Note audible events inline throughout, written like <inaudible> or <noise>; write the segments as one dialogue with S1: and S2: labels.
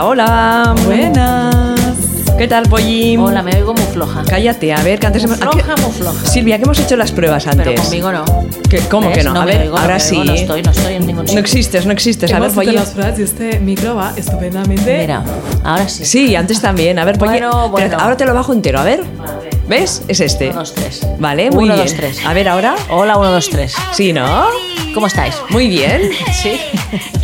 S1: hola.
S2: Buenas.
S1: ¿Qué tal, Pollín?
S2: Hola, me oigo muy floja.
S1: Cállate, a ver, que antes...
S2: Muy
S1: hemos- ¿a qué-
S2: floja, muy floja.
S1: Silvia, que hemos hecho las pruebas antes.
S2: Pero conmigo no.
S1: ¿Qué- ¿Cómo
S2: ¿Ves?
S1: que no? a
S2: me
S1: ver,
S2: oigo, no
S1: ahora
S2: me
S1: sí.
S2: oigo, no estoy, no estoy en ningún
S1: No
S2: sitio.
S1: existes, no existes. A ver,
S3: Hemos hecho
S1: Pollín.
S3: las pruebas y este micro va estupendamente.
S2: Mira, ahora sí.
S1: Sí, antes también. A ver, Pollín.
S2: Bueno,
S1: Espérate,
S2: Ah, bueno.
S1: Ahora te lo bajo entero, a ver.
S2: ver.
S1: ¿Ves? Es este.
S2: Uno, dos, tres.
S1: Vale,
S2: Uno,
S1: muy bien.
S2: dos, tres.
S1: A ver, ahora.
S2: Hola, 1, 2, 3.
S1: Sí, ¿no?
S2: ¿Cómo estáis?
S1: Muy bien.
S2: Sí.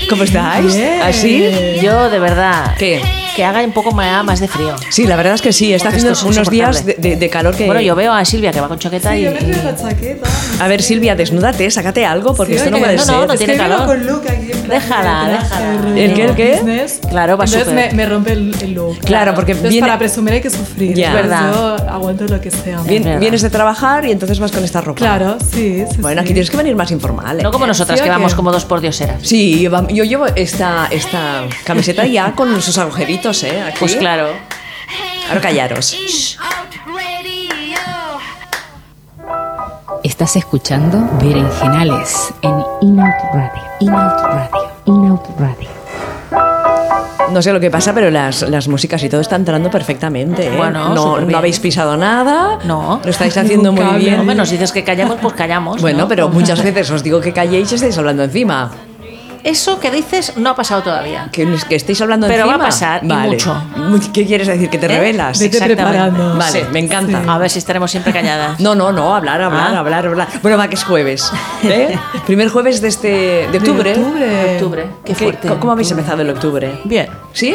S1: ¿Cómo estáis?
S3: Bien.
S1: ¿Así?
S2: Yo, de verdad,
S1: ¿Qué?
S2: que haga un poco ma- más de frío.
S1: Sí, la verdad es que sí. Está
S2: Porque
S1: haciendo
S2: esto es
S1: unos días de,
S2: insoportable.
S1: de- de calor que...
S2: Bueno, yo veo a Silvia que va con chaqueta
S3: Sí,
S2: y...
S3: yo me traigo la chaqueta.
S1: A ver, Silvia, desnúdate, sácate algo, porque
S3: Sí,
S1: esto no
S3: oye,
S1: puede
S2: no,
S1: ser.
S2: no, no
S3: Es
S2: tiene
S3: que vengo
S2: calor.
S3: con look aquí en plan
S2: Déjala,
S3: de traje,
S2: déjala.
S3: rollo
S1: ¿El qué, el qué?
S3: business.
S2: Claro, va
S3: Entonces
S2: súper.
S3: me, me rompe el, el look.
S1: Claro, porque
S3: Entonces
S1: viene-
S3: para presumir hay que sufrir.
S1: Ya.
S3: Pues
S2: Verdad.
S3: Yo aguanto lo que sea.
S1: Vien-
S2: Es verdad.
S1: vienes de trabajar y entonces vas con esta ropa.
S3: Claro, sí, sí,
S1: Bueno,
S3: sí.
S1: aquí tienes que venir más informal. ¿eh?
S2: No como nosotras,
S3: ¿Sí o
S2: que vamos
S3: qué?
S2: como dos por dioseras.
S1: Sí, va- yo llevo esta, esta camiseta ya con sus agujeritos, ¿eh? Aquí.
S2: Pues claro.
S1: Ahora callaros.
S4: Estás escuchando Berenjenales en Inout Radio. Inout Radio. Inout Radio.
S1: No sé lo que pasa, pero las, las músicas y todo está entrando perfectamente. ¿eh?
S2: Bueno,
S1: no,
S2: superbién.
S1: no habéis pisado nada.
S2: <laughs> No.
S1: Lo estáis haciendo
S3: Ningún
S1: muy
S3: cable.
S1: bien.
S2: Hombre, nos dices que callamos, pues callamos.
S1: Bueno,
S2: ¿no?
S1: pero muchas veces os digo que calléis y estáis hablando encima.
S2: Eso que dices no ha pasado todavía.
S1: Que, que estáis hablando
S2: Pero va
S1: encima.
S2: a pasar, y
S1: Vale.
S2: mucho.
S1: ¿Qué quieres decir? ¿Que te
S2: ¿Eh?
S1: revelas?
S3: Vete
S2: Exactamente.
S3: preparando.
S1: Vale, me encanta.
S2: A ver si estaremos siempre calladas.
S1: No, no, no, hablar, hablar,
S2: Ah.
S1: hablar, hablar. Bueno, va, que es
S2: <laughs>
S1: jueves. ¿eh? Primer jueves de, este, de octubre.
S3: octubre.
S2: Octubre.
S1: ¿Qué-
S2: Qué fuerte.
S1: ¿Cómo habéis empezado el octubre?
S2: Bien.
S1: ¿Sí?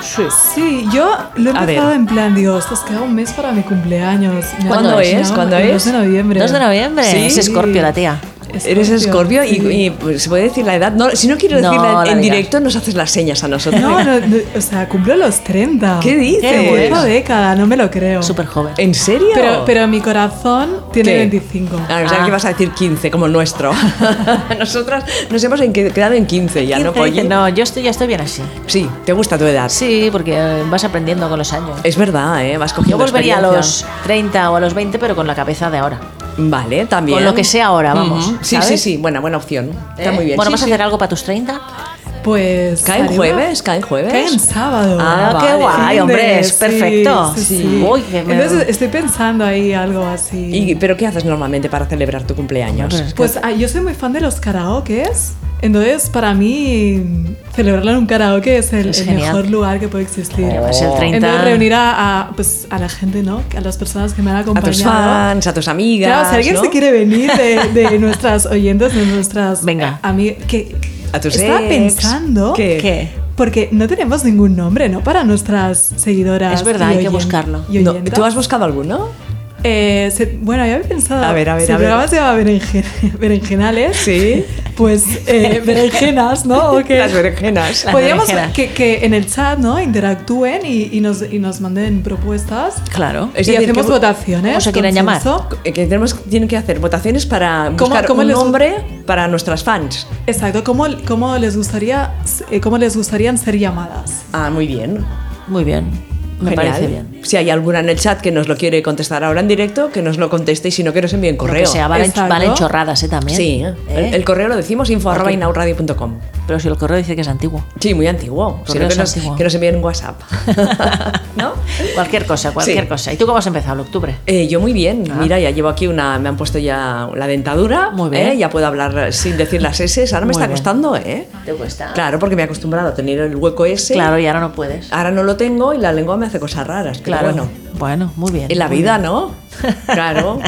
S3: Sí, yo lo he
S1: A
S3: empezado
S1: ver.
S3: en plan, digo, ostras, queda un mes para mi cumpleaños. Me
S1: ¿Cuándo
S3: acuerdo,
S1: es?
S3: ya,
S1: ¿Cuándo
S3: el
S1: es?
S3: 2 de noviembre.
S2: 2 de noviembre.
S1: Sí.
S2: Es Escorpio la tía.
S1: Eres escorpio y- y, pues, se puede decir la edad. No, si no quiero
S2: No
S1: decirla
S2: la
S1: en
S2: digas.
S1: directo, nos haces las señas a nosotros.
S3: No, no, no, o sea, cumplo los 30.
S1: ¿Qué dices?
S2: Qué bueno.
S3: Una década, no me lo creo.
S2: Súper joven.
S1: ¿En serio?
S3: Pero, pero mi corazón tiene
S1: ¿Qué?
S3: 25.
S1: Ah, o sea,
S2: Ah.
S1: que vas a decir 15, como el nuestro. <laughs> Nosotras nos hemos en- quedado en 15 ya, ¿no,
S2: 15 dice,
S1: Polly?
S2: no, yo estoy, ya estoy bien así.
S1: Sí, te gusta tu edad.
S2: Sí, porque eh, vas aprendiendo con los años.
S1: Es verdad, ¿eh? Vas
S2: Yo
S1: cogiendo
S2: volvería a los
S1: experiencia.
S2: 30 o a los 20, pero con la cabeza de ahora.
S1: Vale, también.
S2: Con lo que sea ahora, vamos,
S1: Ujú. Sí,
S2: ¿sabes?
S1: sí, sí. Buena, buena opción. Está
S2: ¿Eh?
S1: muy bien.
S2: Bueno,
S1: Sí,
S2: ¿vas
S1: sí.
S2: a hacer algo para tus 30?
S3: Pues.
S1: ¿Cae en
S3: haré
S1: jueves? ¿Cae en jueves?
S3: una- Cae en sábado.
S1: Ah,
S2: qué
S1: vale.
S2: guay,
S3: Fin
S2: hombre,
S3: de-
S2: es
S3: sí,
S2: perfecto.
S3: sí, sí.
S2: Uy, que me-
S3: Entonces estoy pensando ahí algo así.
S1: ¿Y, ¿Pero qué haces normalmente para celebrar tu cumpleaños?
S3: Pues ah, yo soy muy fan de los karaokes. Entonces, para mí, celebrarlo en un karaoke es el,
S2: Es
S3: el
S2: genial.
S3: mejor lugar que puede existir.
S2: Además, el 30.
S3: Entonces, reunir a, a, pues, a la gente, ¿no? A las personas que me han
S1: A tus
S3: acompañado.
S1: fans, a tus amigas.
S3: Claro, si alguien
S1: ¿no?
S3: se quiere venir de,
S1: <laughs>
S3: de nuestras oyentes, de nuestras. eh,
S2: Venga.
S3: A mí, que.
S1: A tus
S3: Estaba
S1: ex.
S3: pensando.
S1: ¿Qué?
S2: ¿Qué?
S3: Porque no tenemos ningún nombre, ¿no? Para nuestras seguidoras.
S2: Es verdad,
S3: y
S2: hay que
S3: oyen-
S2: buscarlo.
S3: y
S1: No,
S3: oyentas.
S1: ¿Tú has buscado alguno?
S3: Eh, se- bueno, yo había pensado.
S1: A ver, a ver,
S3: si
S1: a
S3: el
S1: ver.
S3: programa se llama berenjen- <laughs> berenjenales.
S1: Sí.
S3: Pues
S1: <laughs>
S3: eh, berenjenas, ¿no?
S2: Oh,
S3: ¿O qué?
S1: Las
S2: <laughs>
S1: berenjenas.
S2: Las
S3: Podríamos
S2: berenjenas.
S3: que, que en el chat, ¿no? Interactúen y, y nos, y nos manden propuestas.
S2: Claro.
S1: Es
S3: y
S1: decir,
S3: hacemos
S1: que-
S3: votaciones.
S2: ¿Cómo se quieren llamar?
S3: consenso.
S1: Eh, Que tenemos, tienen que hacer votaciones para buscar
S3: cómo
S1: un
S3: les-
S1: nombre para nuestras fans.
S3: Exacto. ¿Cómo, cómo, les gustaría, eh, ¿Cómo les gustarían ser llamadas?
S1: Ah, muy bien.
S2: Muy bien. Me
S1: Genial.
S2: parece bien.
S1: Si hay alguna en el chat que nos lo quiere contestar ahora en directo, que nos lo conteste y si no, que nos envíen
S2: Lo
S1: correo.
S2: que sea, valen,
S3: Exacto.
S2: valen chorradas, ¿eh? También.
S1: Sí,
S2: ¿Eh?
S1: el, el correo lo decimos info arroba
S2: Ok.
S1: inauradio.com.
S2: Pero si el correo dice que es antiguo.
S1: Sí, muy antiguo. Si no,
S2: Correo
S1: que,
S2: es
S1: nos,
S2: antiguo.
S1: que nos envíen un
S2: <laughs>
S1: WhatsApp. ¿No?
S2: Cualquier cosa, cualquier cosa. ¿Y tú cómo has empezado el octubre?
S1: Eh, yo muy bien, mira, ya llevo aquí una, me han puesto ya la dentadura,
S2: Ah. Muy bien.
S1: ¿eh? ya puedo hablar sin decir las S, ahora me
S2: Muy
S1: está
S2: bien.
S1: costando, ¿eh?
S2: ¿Te cuesta? Claro.
S1: Claro, porque me he acostumbrado a tener el hueco S,
S2: y ahora no puedes.
S1: ahora no lo tengo y la lengua me hace cosas raras, pero
S2: Claro.
S1: bueno,
S2: Bueno, muy bien.
S1: en la
S2: muy
S1: vida,
S2: bien. <laughs>
S1: ¿no? Claro,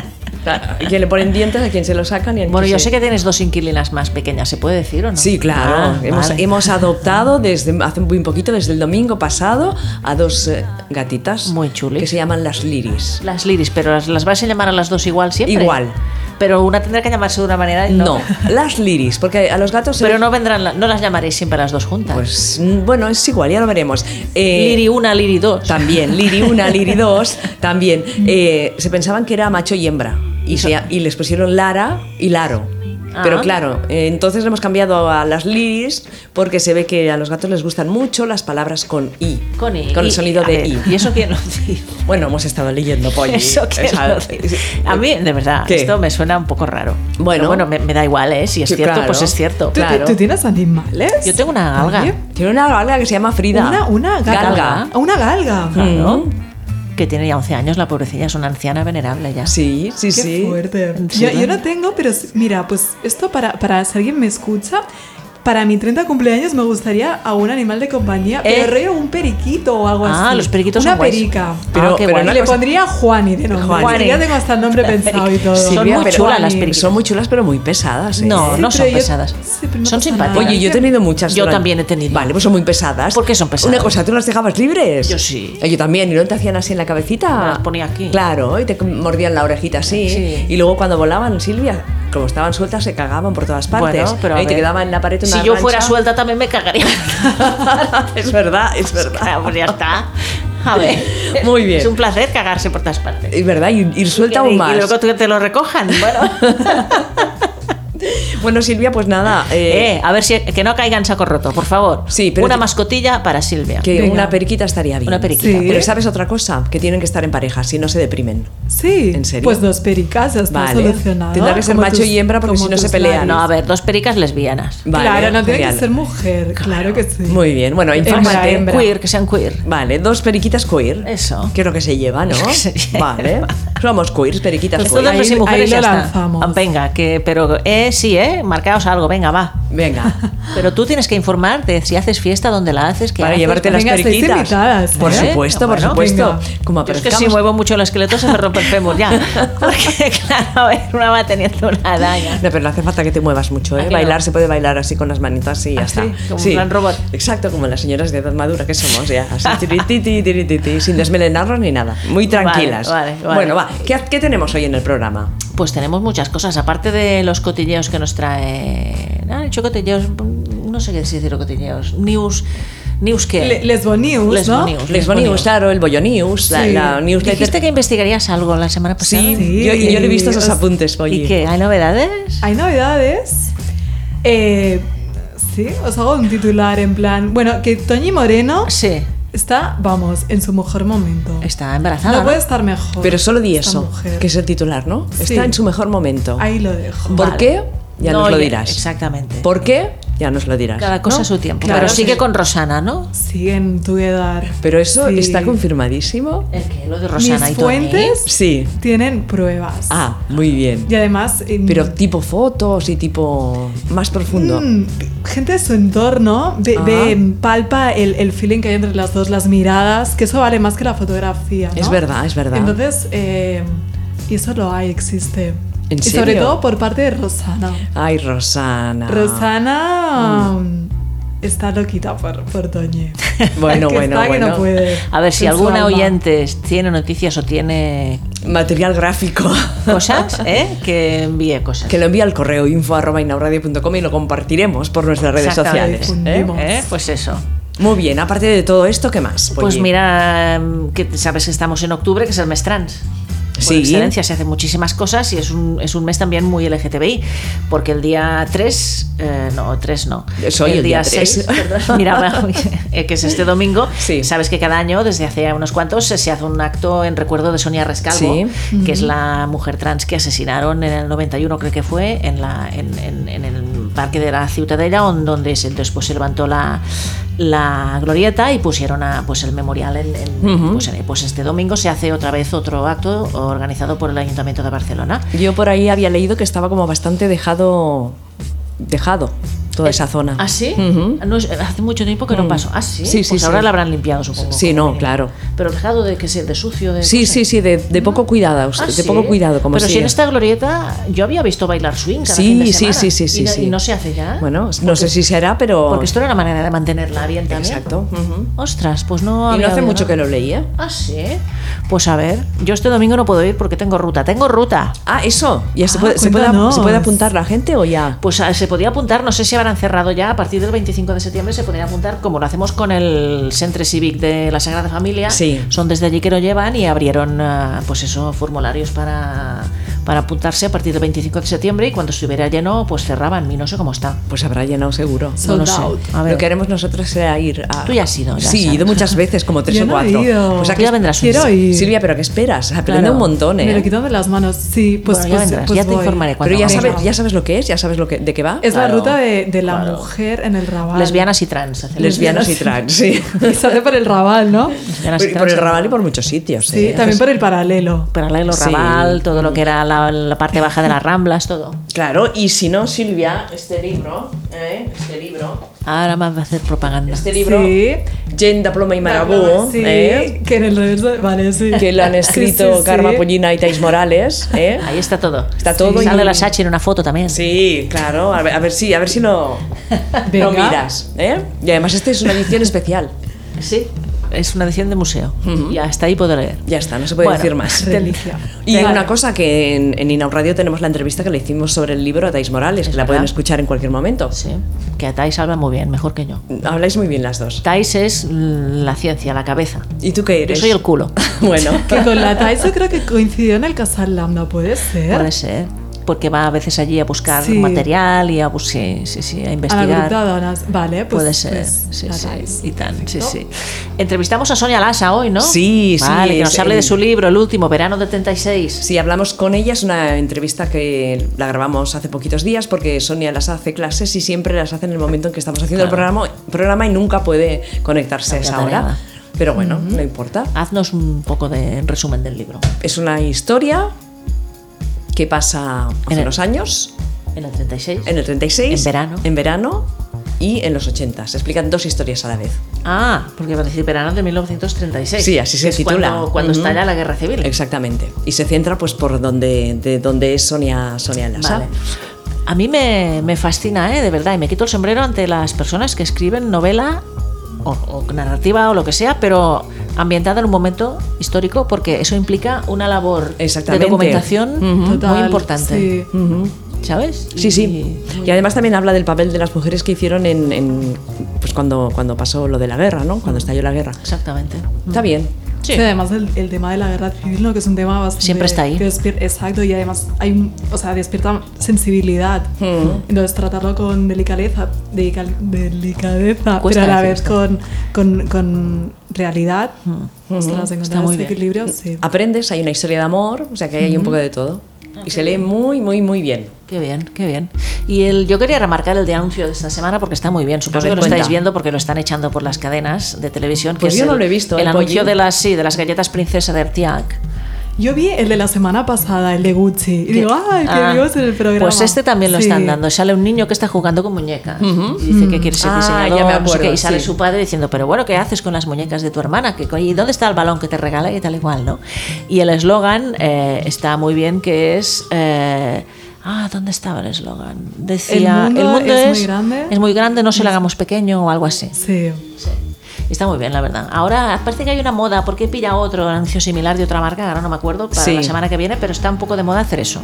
S1: claro. y quien le ponen dientes, a quien se lo sacan y a quien
S2: Bueno, yo
S1: se-
S2: sé que tienes dos inquilinas más pequeñas, ¿se puede decir o no?
S1: Sí, claro.
S2: Ah,
S1: hemos,
S2: vale.
S1: hemos adoptado desde hace muy poquito, desde el domingo pasado, a dos eh, gatitas.
S2: Muy chulis.
S1: Que se llaman las liris.
S2: Las liris, pero las, las vas a llamar a las dos igual siempre.
S1: Igual.
S2: Pero una tendrá que llamarse de una manera y
S1: No, las liris, porque a los gatos. se
S2: Pero
S1: les-
S2: no vendrán, la- no las llamaréis siempre las dos juntas.
S1: Pues mm, bueno, es igual, ya lo veremos. Eh,
S2: Liri 1, Liri 2.
S1: También, Liri 1, Liri 2, también. Eh, se pensaban que era macho y hembra. Y, se- y les pusieron Lara y Laro.
S2: Ah.
S1: Pero claro, eh, entonces le hemos cambiado a las liris porque se ve que a los gatos les gustan mucho las palabras con i.
S2: <laughs> Con I.
S1: el
S2: Y-
S1: sonido
S2: a
S1: de
S2: ver,
S1: i.
S2: ¿Y eso quién lo dijo?
S1: Bueno, hemos estado leyendo, Polly.
S2: <laughs> Eso que
S1: O sea, eh,
S2: lo dice. A mí, de verdad,
S1: ¿Qué?
S2: esto me suena un poco raro.
S1: Bueno.
S2: Pero bueno, me, me da igual, ¿eh? Si es
S1: Sí,
S2: cierto,
S1: claro.
S2: pues es cierto.
S3: ¿Tú, tú-
S1: Claro.
S3: tú tienes animales?
S2: Yo tengo una galga.
S3: Oye,
S1: Tiene una galga que se llama Frida.
S3: Una, una galga.
S1: Galga.
S3: Una galga.
S2: Claro.
S1: Mm.
S2: Que tiene ya 11 años, la pobrecilla es una anciana venerable ya.
S1: Sí, sí,
S3: Qué
S1: sí.
S3: fuerte.
S2: Sí,
S3: Yo, yo
S2: ¿no?
S3: no tengo, pero s- mira, pues esto para, para si alguien me escucha, para mi 30 cumpleaños me gustaría a un animal de compañía,
S2: Eh.
S3: pero reo un periquito o algo así.
S2: Ah, los periquitos
S3: Una
S2: son guays.
S3: perica.
S1: Pero-
S2: Ah, qué
S1: pero
S2: guay.
S1: una
S3: Le
S1: cosa-
S3: pondría Juani de nombre.
S1: Juani.
S3: porque Ya tengo hasta el nombre pensado y todo.
S2: Sí, Son
S1: Silvia,
S2: muy
S1: pero-
S2: chulas las periquitas.
S1: Son muy chulas, pero muy pesadas. ¿eh?
S2: No,
S3: Sí,
S2: no
S3: pero
S2: son
S3: yo-
S2: pesadas.
S3: sí, pero no
S2: son
S3: pasa
S2: simpáticas.
S3: nada.
S1: Oye, yo he tenido muchas.
S2: Ah, Yo
S1: durante-
S2: también he tenido.
S1: Vale, pues son muy pesadas.
S2: ¿Por qué son pesadas?
S1: Una cosa, ¿tú las dejabas libres?
S2: Yo sí.
S1: Eh, Yo también, y no te hacían así en la cabecita.
S2: Me las ponía aquí.
S1: Claro, y te mordían la orejita así.
S2: Sí.
S1: Y luego cuando volaban, Silvia, como estaban sueltas, se cagaban por todas partes.
S2: Bueno, pero a
S1: Eh, y te
S2: ver.
S1: quedaba en la pared una
S2: Si yo fuera
S1: mancha.
S2: suelta también me cagaría.
S1: <laughs> es verdad, es
S2: Ah, <laughs>
S1: verdad.
S2: pues ya está. A ver.
S1: <laughs> Muy bien.
S2: Es un placer cagarse por todas partes.
S1: Es verdad, y ir suelta
S2: y,
S1: aún
S2: y
S1: más.
S2: luego que te
S1: <laughs>
S2: lo recojan. Bueno.
S1: Bueno, Silvia, pues nada. eh,
S2: Eh, a ver si que no caiga en saco roto, por favor.
S1: Sí, pero
S2: una
S1: que-
S2: mascotilla para Silvia.
S1: que
S3: Venga.
S1: una periquita estaría bien.
S2: Eh, Una periquita.
S3: Sí.
S1: Pero ¿sabes otra cosa? Que tienen que estar en pareja, si no se deprimen.
S3: Sí.
S1: ¿En serio?
S3: Pues dos pericas ya está
S1: Vale.
S3: solucionado.
S1: Tendrá que ser
S3: Como
S1: macho y hembra porque
S3: como
S1: si no se
S3: tus
S1: pelean.
S2: No,
S3: labios.
S2: a ver, dos pericas lesbianas.
S1: Vale,
S3: claro, no tiene
S1: genial.
S3: que ser mujer. Claro que sí.
S1: Muy bien, bueno,
S3: Hembra,
S1: infante.
S3: hembra.
S2: Queer, que sean queer.
S1: Vale, dos periquitas queer.
S2: Eso.
S1: Que es lo que se lleva, ¿no?
S2: Que se lleva.
S1: Vale. Somos queers, periquitas
S3: Pues
S1: queer.
S2: Todas
S3: ahí-
S2: las
S3: ahí
S2: mujeres
S3: lo
S2: ya está.
S3: lanzamos.
S2: Ah, Venga, que, pero eh, sí, eh, marcaos algo, venga, va. <laughs>
S1: Venga.
S2: Pero tú tienes que informarte si haces fiesta, dónde la haces, qué
S1: Para
S2: haces.
S1: llevarte las
S3: Venga, estáis
S1: periquitas.
S3: invitadas,
S1: Por
S3: ¿eh?
S1: supuesto, por
S2: Bueno,
S1: supuesto.
S3: venga.
S1: Como
S2: Yo es que
S1: aparezcamos.
S2: si muevo mucho el esqueleto se me rompe el fémur ya. Porque claro, a ver, una va teniendo una daña.
S1: No, pero no hace falta que te muevas mucho,
S2: ¿A
S1: ¿eh?
S2: que no?
S1: Bailar se puede bailar así con las manitas y ya
S2: ¿Ah,
S1: está.
S2: sí? Como en plan robot.
S1: Exacto, como las señoras de edad madura que somos ya.
S2: <laughs>
S1: Así, tirititi, tirititi, sin desmelenarnos ni nada. Muy tranquilas.
S2: Vale, vale, vale.
S1: Bueno, va. ¿Qué, qué tenemos hoy en el programa?
S2: Pues tenemos muchas cosas, aparte de los cotilleos que nos trae. Han hecho cotilleos, no sé qué decir cotilleos, news, news que.
S3: Le- Lesbo News,
S2: Lesbo
S3: ¿no?
S2: News,
S1: Les News, claro, el Bollo News, la,
S3: Sí.
S1: la newsletter.
S2: Dijiste que investigarías algo la semana pasada.
S1: Sí,
S3: Sí.
S1: Yo, yo le he visto esos
S3: Os-
S1: apuntes, Polly.
S2: ¿Y qué? ¿Hay novedades?
S3: Hay novedades. Eh, sí, os hago un titular en plan. Bueno, que Toñi Moreno
S2: Sí,
S3: está, vamos, en su mejor momento.
S2: está embarazada.
S3: No
S2: ¿no?
S3: puede estar mejor.
S1: Pero solo di
S3: esta
S1: eso,
S3: mujer.
S1: que es el titular, ¿no?
S3: Sí.
S1: Está en su mejor momento.
S3: Ahí lo dejo.
S1: ¿Por
S2: Vale.
S1: qué? Ya
S2: No,
S1: nos lo
S2: ya-
S1: dirás.
S2: Exactamente.
S1: ¿Por qué? Ya nos lo dirás.
S2: Cada cosa
S1: ¿no?
S2: a su tiempo.
S3: Claro,
S2: Pero
S3: sí.
S2: sigue con Rosana, ¿no?
S3: Sí, en tu edad.
S1: Pero eso
S3: Sí.
S1: está confirmadísimo.
S2: El que lo de Rosana
S3: Mis
S2: y Tony.
S3: fuentes
S1: Sí.
S3: tienen pruebas.
S1: Ah, muy bien.
S3: Y además. em,
S1: Pero tipo fotos y tipo más profundo.
S3: Mm, Gente de su entorno ve,
S1: Ah.
S3: ve, palpa el, el feeling que hay entre las dos, las miradas, que eso vale más que la fotografía. ¿no?
S1: Es verdad, es verdad.
S3: Entonces, eh, y eso lo hay, existe.
S1: ¿En
S3: y sobre
S1: serio? Ah.
S3: todo por parte de Rosana.
S1: Ay, Rosana.
S3: Rosana mm, está loquita por, por Toñi.
S1: Bueno,
S3: Que
S1: bueno,
S3: está que
S1: bueno.
S3: no puede.
S2: A ver si
S3: En su
S2: alguna
S3: alma.
S2: oyente tiene noticias o tiene
S1: Material gráfico.
S3: <laughs>
S2: cosas, ¿eh? que envíe cosas.
S1: <laughs>
S2: ¿Eh?
S1: Que lo envía al correo info arroba inauradio.com y lo compartiremos por nuestras redes
S2: Exactamente.
S1: sociales. ¿eh?
S3: Difundimos.
S2: ¿Eh? Pues eso.
S1: Muy bien, aparte de todo esto, ¿qué más?
S2: Pues
S1: Polly?
S2: mira, mm, que sabes que estamos en octubre, que es el mes trans. Por
S1: Sí.
S2: excelencia se hacen muchísimas cosas y es un, es un mes también muy LGTBI, porque el día 3, eh, no, 3 no,
S1: Es hoy el día
S2: 6,
S1: 3. <laughs>
S2: perdón, mira, eh, que es este domingo,
S1: Sí.
S2: sabes que cada año, desde hace unos cuantos, se- se hace un acto en recuerdo de Sonia Rescalvo, que es la mujer trans que asesinaron en el 91, creo que fue, en, la, en, en- en el parque de la Ciutadella, on- donde se- después se levantó la, la glorieta y pusieron a, pues, el memorial en, en-
S1: Ujú.
S2: pues, en- pues este domingo se hace otra vez otro acto organizado por el Ayuntamiento de Barcelona.
S1: Yo por ahí había leído que estaba como bastante dejado. dejado toda esa zona.
S2: ¿Ah, sí?
S1: Ujú. Mm.
S2: No es- hace mucho tiempo que no paso. ¿Ah, sí?
S1: Sí, sí,
S2: Pues
S1: sí.
S2: ahora la habrán limpiado, supongo.
S1: Sí,
S2: como
S1: no,
S2: mínimo.
S1: claro.
S2: Pero dejado de que se de sucio, de
S1: Sí,
S2: cosas.
S1: sí, sí, de, de poco cuidado,
S2: Ah,
S1: de
S2: ¿sí?
S1: poco Pues cuidado, como
S2: Pero si
S1: sí.
S2: en esta glorieta yo había visto bailar swing cada
S1: Sí,
S2: fin de
S1: sí,
S2: semana.
S1: sí, sí, sí,
S2: y, no-
S1: sí.
S2: y no se hace ya.
S1: Bueno, no sé si se hará, pero.
S2: Porque esto era una manera de mantenerla bien también.
S1: Exacto. ujú.
S2: Ostras, pues no.
S1: Y no
S2: había
S1: hace
S2: oído
S1: mucho que
S2: nada.
S1: lo ¿eh? leía.
S2: Ah, sí. Pues a ver, yo este domingo no puedo ir porque tengo ruta. Tengo ruta.
S1: Ah, eso. ¿Ya se,
S3: Ah,
S1: puede, se, puede,
S3: cuéntanos.
S1: se puede apuntar la gente o ya?
S2: Pues ah, se podía apuntar, no sé si habrán cerrado ya, a partir del 25 de septiembre se podría apuntar, como lo hacemos con el Centre Cívic de la Sagrada Familia.
S1: Sí.
S2: Son desde allí que lo llevan y abrieron, ah, pues eso, formularios para, para apuntarse a partir del 25 de septiembre y cuando estuviera lleno, pues cerraban. Y no sé cómo está.
S1: Pues habrá llenado seguro.
S2: No lo
S3: Sold
S2: sé.
S3: out.
S2: A ver.
S1: Lo que haremos nosotros será ir a.
S2: Tú ya has ido, ya
S1: sí, he
S2: sabes.
S1: ido muchas veces, como tres
S3: Yo
S1: o
S3: no he
S1: cuatro.
S3: ido.
S1: Pues
S2: <laughs> Ya
S1: aquí
S2: vendrás un
S3: Quiero
S2: día.
S3: ir.
S1: Silvia, pero ¿qué esperas? Aprende
S2: Claro.
S1: un montón,
S3: Me
S1: ¿eh?
S3: lo quito de las manos. Sí, pues,
S2: Bueno, ya
S3: pues-
S2: vendrás,
S3: pues
S2: ya te
S3: voy.
S2: informaré cuando
S1: Pero ya
S2: vamos.
S1: sabes, ya sabes lo que es, ya sabes lo que, de qué va.
S3: Es
S2: Claro,
S3: la ruta de, de la
S2: claro.
S3: mujer en el rabal.
S2: Lesbianas y trans. hacen
S1: Lesbianas y trans, sí.
S3: <laughs> Y sale por el rabal, ¿no?
S2: Lesbianas y
S1: Y
S2: trans.
S1: por el Raval y por muchos sitios.
S3: Sí,
S1: ¿eh?
S3: también por el paralelo.
S2: Paralelo
S1: Sí.
S2: Raval, todo lo que era la, la parte baja de las ramblas, todo.
S1: Claro, y si no, Silvia, este libro, ¿eh? este libro,
S2: Ahora más va a hacer propaganda.
S1: este libro,
S3: Sí.
S1: Jen da Ploma y Marabú,
S3: Sí,
S1: ¿eh?
S3: que en el reverso. Vale, sí.
S1: que lo han
S3: <laughs> Sí, sí,
S1: escrito
S3: sí.
S1: Karma Pollina y Tais Morales. ¿eh?
S2: Ahí está todo.
S1: Está todo
S2: Y
S1: y-
S2: sale la Sachi en una foto también.
S1: Sí, claro, a ver, a ver si, a ver si lo, lo
S3: Venga.
S1: miras. ¿eh? Y además, esta es una edición especial.
S2: Sí. Es una edición de museo. Y hasta ahí puedo leer.
S1: Ya está, no se puede
S2: Bueno,
S1: decir más.
S3: Delicia.
S1: Y una cosa que en, en Inaud Radio tenemos la entrevista que le hicimos sobre el libro a Tais Morales,
S2: Es
S1: que la pueden
S2: verdad.
S1: escuchar en cualquier momento.
S2: Sí. Que a Thais habla muy bien, mejor que yo.
S1: Habláis muy bien las dos.
S2: Thais es la ciencia, la cabeza.
S1: ¿Y tú qué
S2: Yo
S1: eres? ¿Eh?
S2: soy el culo.
S1: <laughs>
S2: ¿eh?
S1: Bueno,
S2: <laughs>
S3: Que con la Taiso creo que coincidió en el Casal Lambda, ¿puede ser?
S2: Puede ser. Porque va a veces allí a buscar
S3: Sí.
S2: material y a, bus- sí, sí, sí, a
S3: A la
S2: investigar.
S3: gruta de dones. Vale, pues.
S2: Puede ser,
S3: pues,
S2: sí,
S3: la
S2: sí,
S3: Thais.
S2: y tan, sí, sí. Entrevistamos a Sonia Lasa hoy, ¿no?
S1: Sí, sí,
S2: Vale, que nos
S1: es
S2: hable
S1: el-
S2: de su libro, el último, Verano del 36.
S1: sí, hablamos con ella, es una entrevista que la grabamos hace poquitos días porque Sonia las hace clases y siempre las hace en el momento en que estamos haciendo el programa, programa y nunca puede conectarse a
S2: No
S1: esa
S2: queda
S1: hora.
S2: nada.
S1: Pero bueno, no importa.
S2: Haznos un poco de resumen del libro.
S1: Es una historia que pasa hace
S2: En el-
S1: unos años,
S2: En el 36.
S1: en el 36.
S2: En verano.
S1: En verano y en los 80. Se explican dos historias a la vez.
S2: Ah, porque va a decir verano de 1936.
S1: Sí, así se
S2: que es
S1: titula.
S2: Cuando, cuando
S1: Ujú.
S2: estalla la guerra civil.
S1: Exactamente. Y se centra pues por donde, de donde es Sonia, Sonia Lasa.
S2: Vale. A mí me, me fascina, ¿eh? de verdad, y me quito el sombrero ante las personas que escriben novela o, o narrativa o lo que sea, pero ambientada en un momento histórico, porque eso implica una labor de
S1: Exactamente.
S2: documentación muy
S3: Total,
S2: importante.
S3: sí.
S1: Ujú.
S2: ¿Sabes?
S1: Sí, sí.
S2: Y-
S1: Y además también habla del papel de las mujeres que hicieron en, en, pues cuando, cuando pasó lo de la guerra, ¿no? Cuando estalló la guerra.
S2: Exactamente.
S1: Está bien.
S2: Sí.
S3: Sí, además el, el tema de la guerra civil, ¿no? que es un tema bastante...
S2: Siempre está ahí.
S3: que despier- exacto, y además hay, un- o sea, despierta sensibilidad.
S2: Hmm.
S3: Entonces tratarlo con delicadeza, delical- delicadeza
S2: Cuesta
S3: pero a la vez
S2: decirlo.
S3: con, con, con realidad. Ostras, encontrar
S2: Hmm. Está muy bien.
S3: ese
S2: Hmm.
S3: este
S2: Ah.
S3: equilibrio, sí.
S1: Aprendes, hay una historia de amor, o sea que hay un poco de todo. Y se lee muy, muy, muy bien.
S2: Qué bien, qué bien. Y el, yo quería remarcar el de anuncio de esta semana porque está muy bien. Supongo
S1: A ver,
S2: que lo
S1: cuenta.
S2: estáis viendo porque lo están echando por las cadenas de televisión. que
S1: Pues
S2: es
S1: yo no
S2: el-
S1: lo he visto,
S2: El
S1: el
S2: anuncio
S1: pollín.
S2: de las, sí, de las galletas princesa de Artiac.
S3: Yo vi el de la semana pasada, el de Gucci, y digo, ¡ay, que
S2: Ah,
S3: vimos en el programa!
S2: Pues este también lo
S3: Sí.
S2: están dando. Sale un niño que está jugando con muñecas. Y dice que quiere ser
S1: Ah,
S2: diseñador.
S1: ya me
S2: no sé qué,
S1: acuerdo,
S2: y sale
S1: sí.
S2: su padre diciendo, pero bueno, ¿qué haces con las muñecas de tu hermana? ¿Qué co- ¿Y dónde está el balón que te regala? Y tal igual, ¿no? Y el eslogan eh, está muy bien, que es... eh, Ah, ¿dónde estaba el eslogan? Decía,
S3: mundo es muy grande".
S2: es muy grande, no se lo hagamos pequeño o algo así.
S3: Sí.
S2: Está muy bien, la verdad. Ahora parece que hay una moda, porque he pillado otro anuncio similar de otra marca, ahora no me acuerdo, para
S1: Sí.
S2: la semana que viene, pero está un poco de moda hacer eso.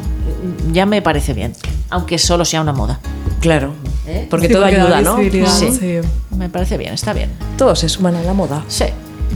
S2: Ya me parece bien, aunque solo sea una moda.
S1: Claro.
S2: ¿Eh?
S1: Porque
S3: Sí,
S1: todo
S3: porque da
S1: ayuda, ¿no?
S3: visibilidad,
S2: Sí.
S3: sí.
S2: Me parece bien, está bien.
S1: Todos se suman a la moda.
S2: Sí,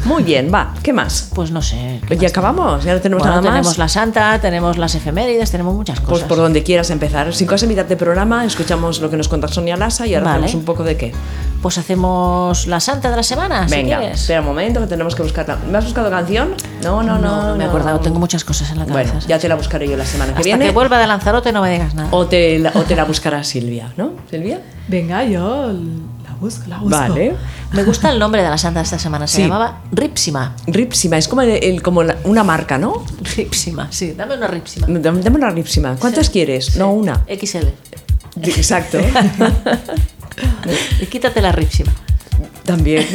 S1: Muy bien, va. ¿Qué más?
S2: pues no sé. ¿qué
S1: Pues ya
S2: más
S1: acabamos, ya no tenemos
S2: tenemos? Bueno,
S1: nada más.
S2: tenemos la santa, tenemos las efemérides, tenemos muchas
S1: Pues
S2: cosas.
S1: por donde quieras empezar. Sin cosa mitad de programa, escuchamos lo que nos cuenta Sonia Lasa y ahora
S2: Vale.
S1: hacemos un poco de qué.
S2: Pues hacemos la santa de la semana, si
S1: Venga,
S2: quieres.
S1: espera un momento que tenemos que buscarla. ¿Me has buscado canción? No, no,
S2: no,
S1: no.
S2: no, me he acordado, tengo muchas cosas en la cabeza.
S1: Bueno, ya te la buscaré yo la semana
S2: Hasta
S1: que viene. Oh.
S2: que vuelva de Lanzarote no me digas nada.
S1: o, te la, o te la buscará Silvia, ¿no? ¿Silvia?
S3: Venga, yo la busco, la busco.
S1: Vale.
S2: Me gusta el nombre de la santa de esta semana, se
S1: Sí.
S2: llamaba Ripsima.
S1: Ripsima, es como, el, el- como la- una marca, ¿no?
S2: Ripsima, sí, dame una Ripsima.
S1: Dame dame una Ripsima. ¿Cuántas quieres? No, una.
S2: XL.
S1: Exacto.
S2: <laughs> Y quítate la Ripsima. <laughs>
S1: También.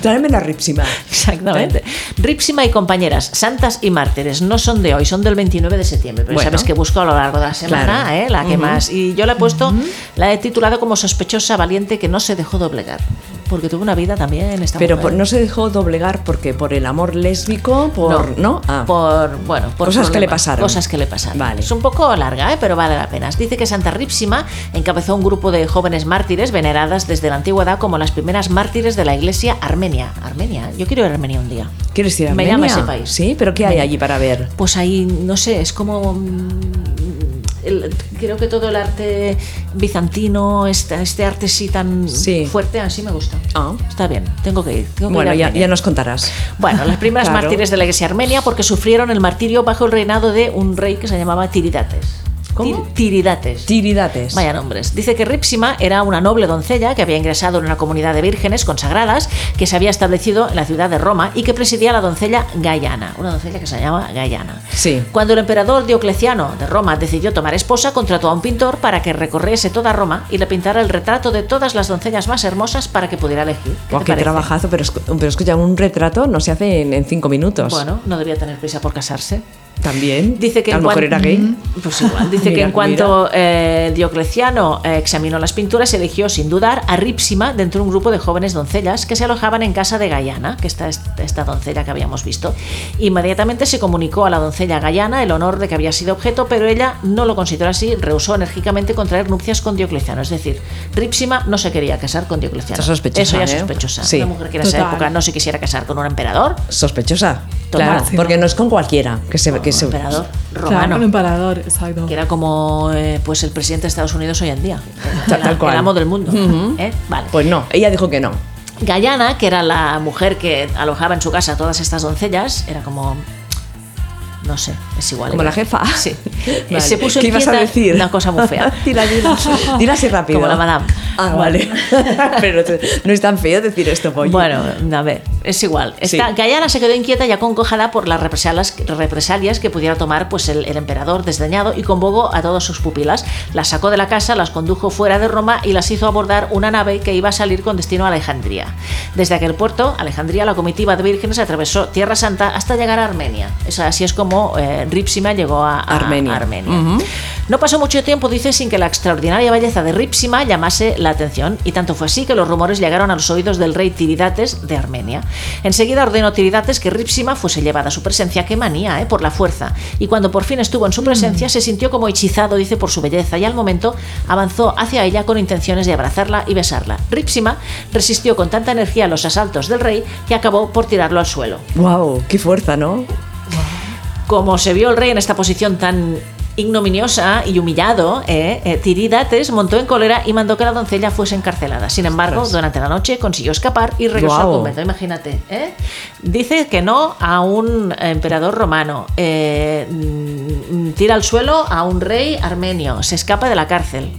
S1: Tráeme la Ripsima.
S2: Exactamente. ¿Eh? Ripsima y compañeras, santas y mártires, no son de hoy, son del 29 de septiembre, pero
S1: Bueno.
S2: sabes que busco a lo largo de la semana,
S1: Claro.
S2: ¿eh? la que más. Y yo la he puesto, la he titulado como sospechosa valiente que no se dejó doblegar. porque tuvo una vida también. Esta
S1: Pero
S2: mujer.
S1: por- no se dejó doblegar porque por el amor lésbico, por. ¿No? Ah.
S2: Por, bueno, por
S1: Cosas que le
S2: problemas,
S1: pasaron.
S2: Cosas que le pasaron.
S1: Vale.
S2: Es un poco larga, ¿eh? pero vale la pena. Dice que Santa Ripsima encabezó un grupo de jóvenes mártires veneradas desde la antigüedad como las primeras mártires de la iglesia armenia. Armenia, yo quiero ir a Armenia un día.
S1: ¿Quieres ir a
S2: Me llama
S1: Armenia?
S2: ese país.
S1: Sí, pero ¿qué hay allí para ver?
S2: Pues ahí, no sé, es como... mm, el- creo que todo el arte bizantino, este, este arte sí tan
S1: Sí.
S2: fuerte, así me gusta.
S1: Ah.
S2: Está bien, tengo que ir. tengo que
S1: Bueno,
S2: ir a
S1: ya,
S2: Armenia.
S1: ya nos contarás.
S2: Bueno, las primeras
S1: Claro.
S2: mártires de la iglesia armenia porque sufrieron el martirio bajo el reinado de un rey que se llamaba Tiridates.
S1: ¿Cómo?
S2: Ti- Tiridates.
S1: Tiridates.
S2: Vaya nombres. Dice que Ripsima era una noble doncella que había ingresado en una comunidad de vírgenes consagradas que se había establecido en la ciudad de Roma y que presidía la doncella Gaiana, una doncella que se llamaba Gaiana.
S1: Sí.
S2: Cuando el emperador Diocleciano de Roma decidió tomar esposa, contrató a un pintor para que recorriese toda Roma y le pintara el retrato de todas las doncellas más hermosas para que pudiera elegir. ¿Qué
S1: Guau,
S2: te
S1: qué
S2: parece?
S1: trabajazo, pero, escu- pero escucha, un retrato no se hace en, en cinco minutos.
S2: Bueno, no debía tener prisa por casarse.
S1: También.
S2: Dice que
S1: a
S2: en
S1: lo mejor
S2: cuan-
S1: era gay.
S2: Pues igual. Dice que
S1: Mira,
S2: en cuanto eh, Diocleciano eh, examinó las pinturas, eligió sin dudar a Ripsima dentro de un grupo de jóvenes doncellas que se alojaban en casa de Gaiana, que está esta doncella que habíamos visto. Inmediatamente se comunicó a la doncella Gaiana el honor de que había sido objeto, pero ella no lo consideró así, rehusó enérgicamente contraer nupcias con Diocleciano. Es decir, Ripsima no se quería casar con Diocleciano.
S1: Está sospechosa,
S2: Eso ya
S1: ¿eh?
S2: es sospechosa.
S1: Sí.
S2: Una mujer que en esa
S3: Total.
S2: época no se quisiera casar con un emperador.
S1: Sospechosa.
S2: Total.
S1: Claro, porque no es con cualquiera que se. Que
S2: un
S1: se
S2: emperador
S3: Claro,
S2: romano.
S3: un emperador, exacto.
S2: que era como eh, pues el presidente de Estados Unidos hoy en día,
S1: Tal-
S2: el,
S1: tal cual.
S2: el amo del mundo.
S1: Ujú.
S2: ¿eh? Vale.
S1: Pues no, ella dijo que no.
S2: Gallana, que era la mujer que alojaba en su casa a todas estas doncellas, era como no sé, es igual.
S1: Como
S2: era-
S1: la jefa. <laughs>
S2: Sí. Eh,
S1: Vale.
S2: Se puso
S1: ¿Qué ibas
S2: inquieta,
S1: a decir?
S2: una cosa muy fea.
S1: <laughs> dila,
S2: <laughs>
S1: dila. Dila así rápido.
S2: Como la madame.
S1: Ah, vale. <laughs> Pero te- no es tan feo decir esto, pollo.
S2: Bueno, a ver, es igual. Esta,
S1: Sí.
S2: Gaiana se quedó inquieta y acongojada por las represalias, represalias que pudiera tomar pues, el, el emperador desdeñado y convocó a todas sus pupilas. Las sacó de la casa, las condujo fuera de Roma y las hizo abordar una nave que iba a salir con destino a Alejandría. Desde aquel puerto, Alejandría, la comitiva de vírgenes atravesó Tierra Santa hasta llegar a Armenia. Es así es como eh, Ripsima llegó a, a-
S1: Armenia.
S2: a Armenia. No pasó mucho tiempo, dice, sin que la extraordinaria belleza de Ripsima llamase la atención, y tanto fue así que los rumores llegaron a los oídos del rey Tiridates de Armenia. Enseguida ordenó Tiridates que Ripsima fuese llevada a su presencia, que manía, ¿eh? por la fuerza, y cuando por fin estuvo en su presencia se sintió como hechizado, dice, por su belleza, y al momento avanzó hacia ella con intenciones de abrazarla y besarla. Ripsima resistió con tanta energía los asaltos del rey que acabó por tirarlo al suelo.
S1: Wow, qué fuerza, ¿no?
S2: Como se vio el rey en esta posición tan ignominiosa y humillado, eh, eh, Tiridates montó en cólera y mandó que la doncella fuese encarcelada. Sin embargo,
S1: Ostras.
S2: durante la noche consiguió escapar y regresó
S1: Guau.
S2: al convento. Imagínate. ¿eh? Dice que no a un emperador romano. eh, mm, tira al suelo a un rey armenio. Se escapa de la cárcel.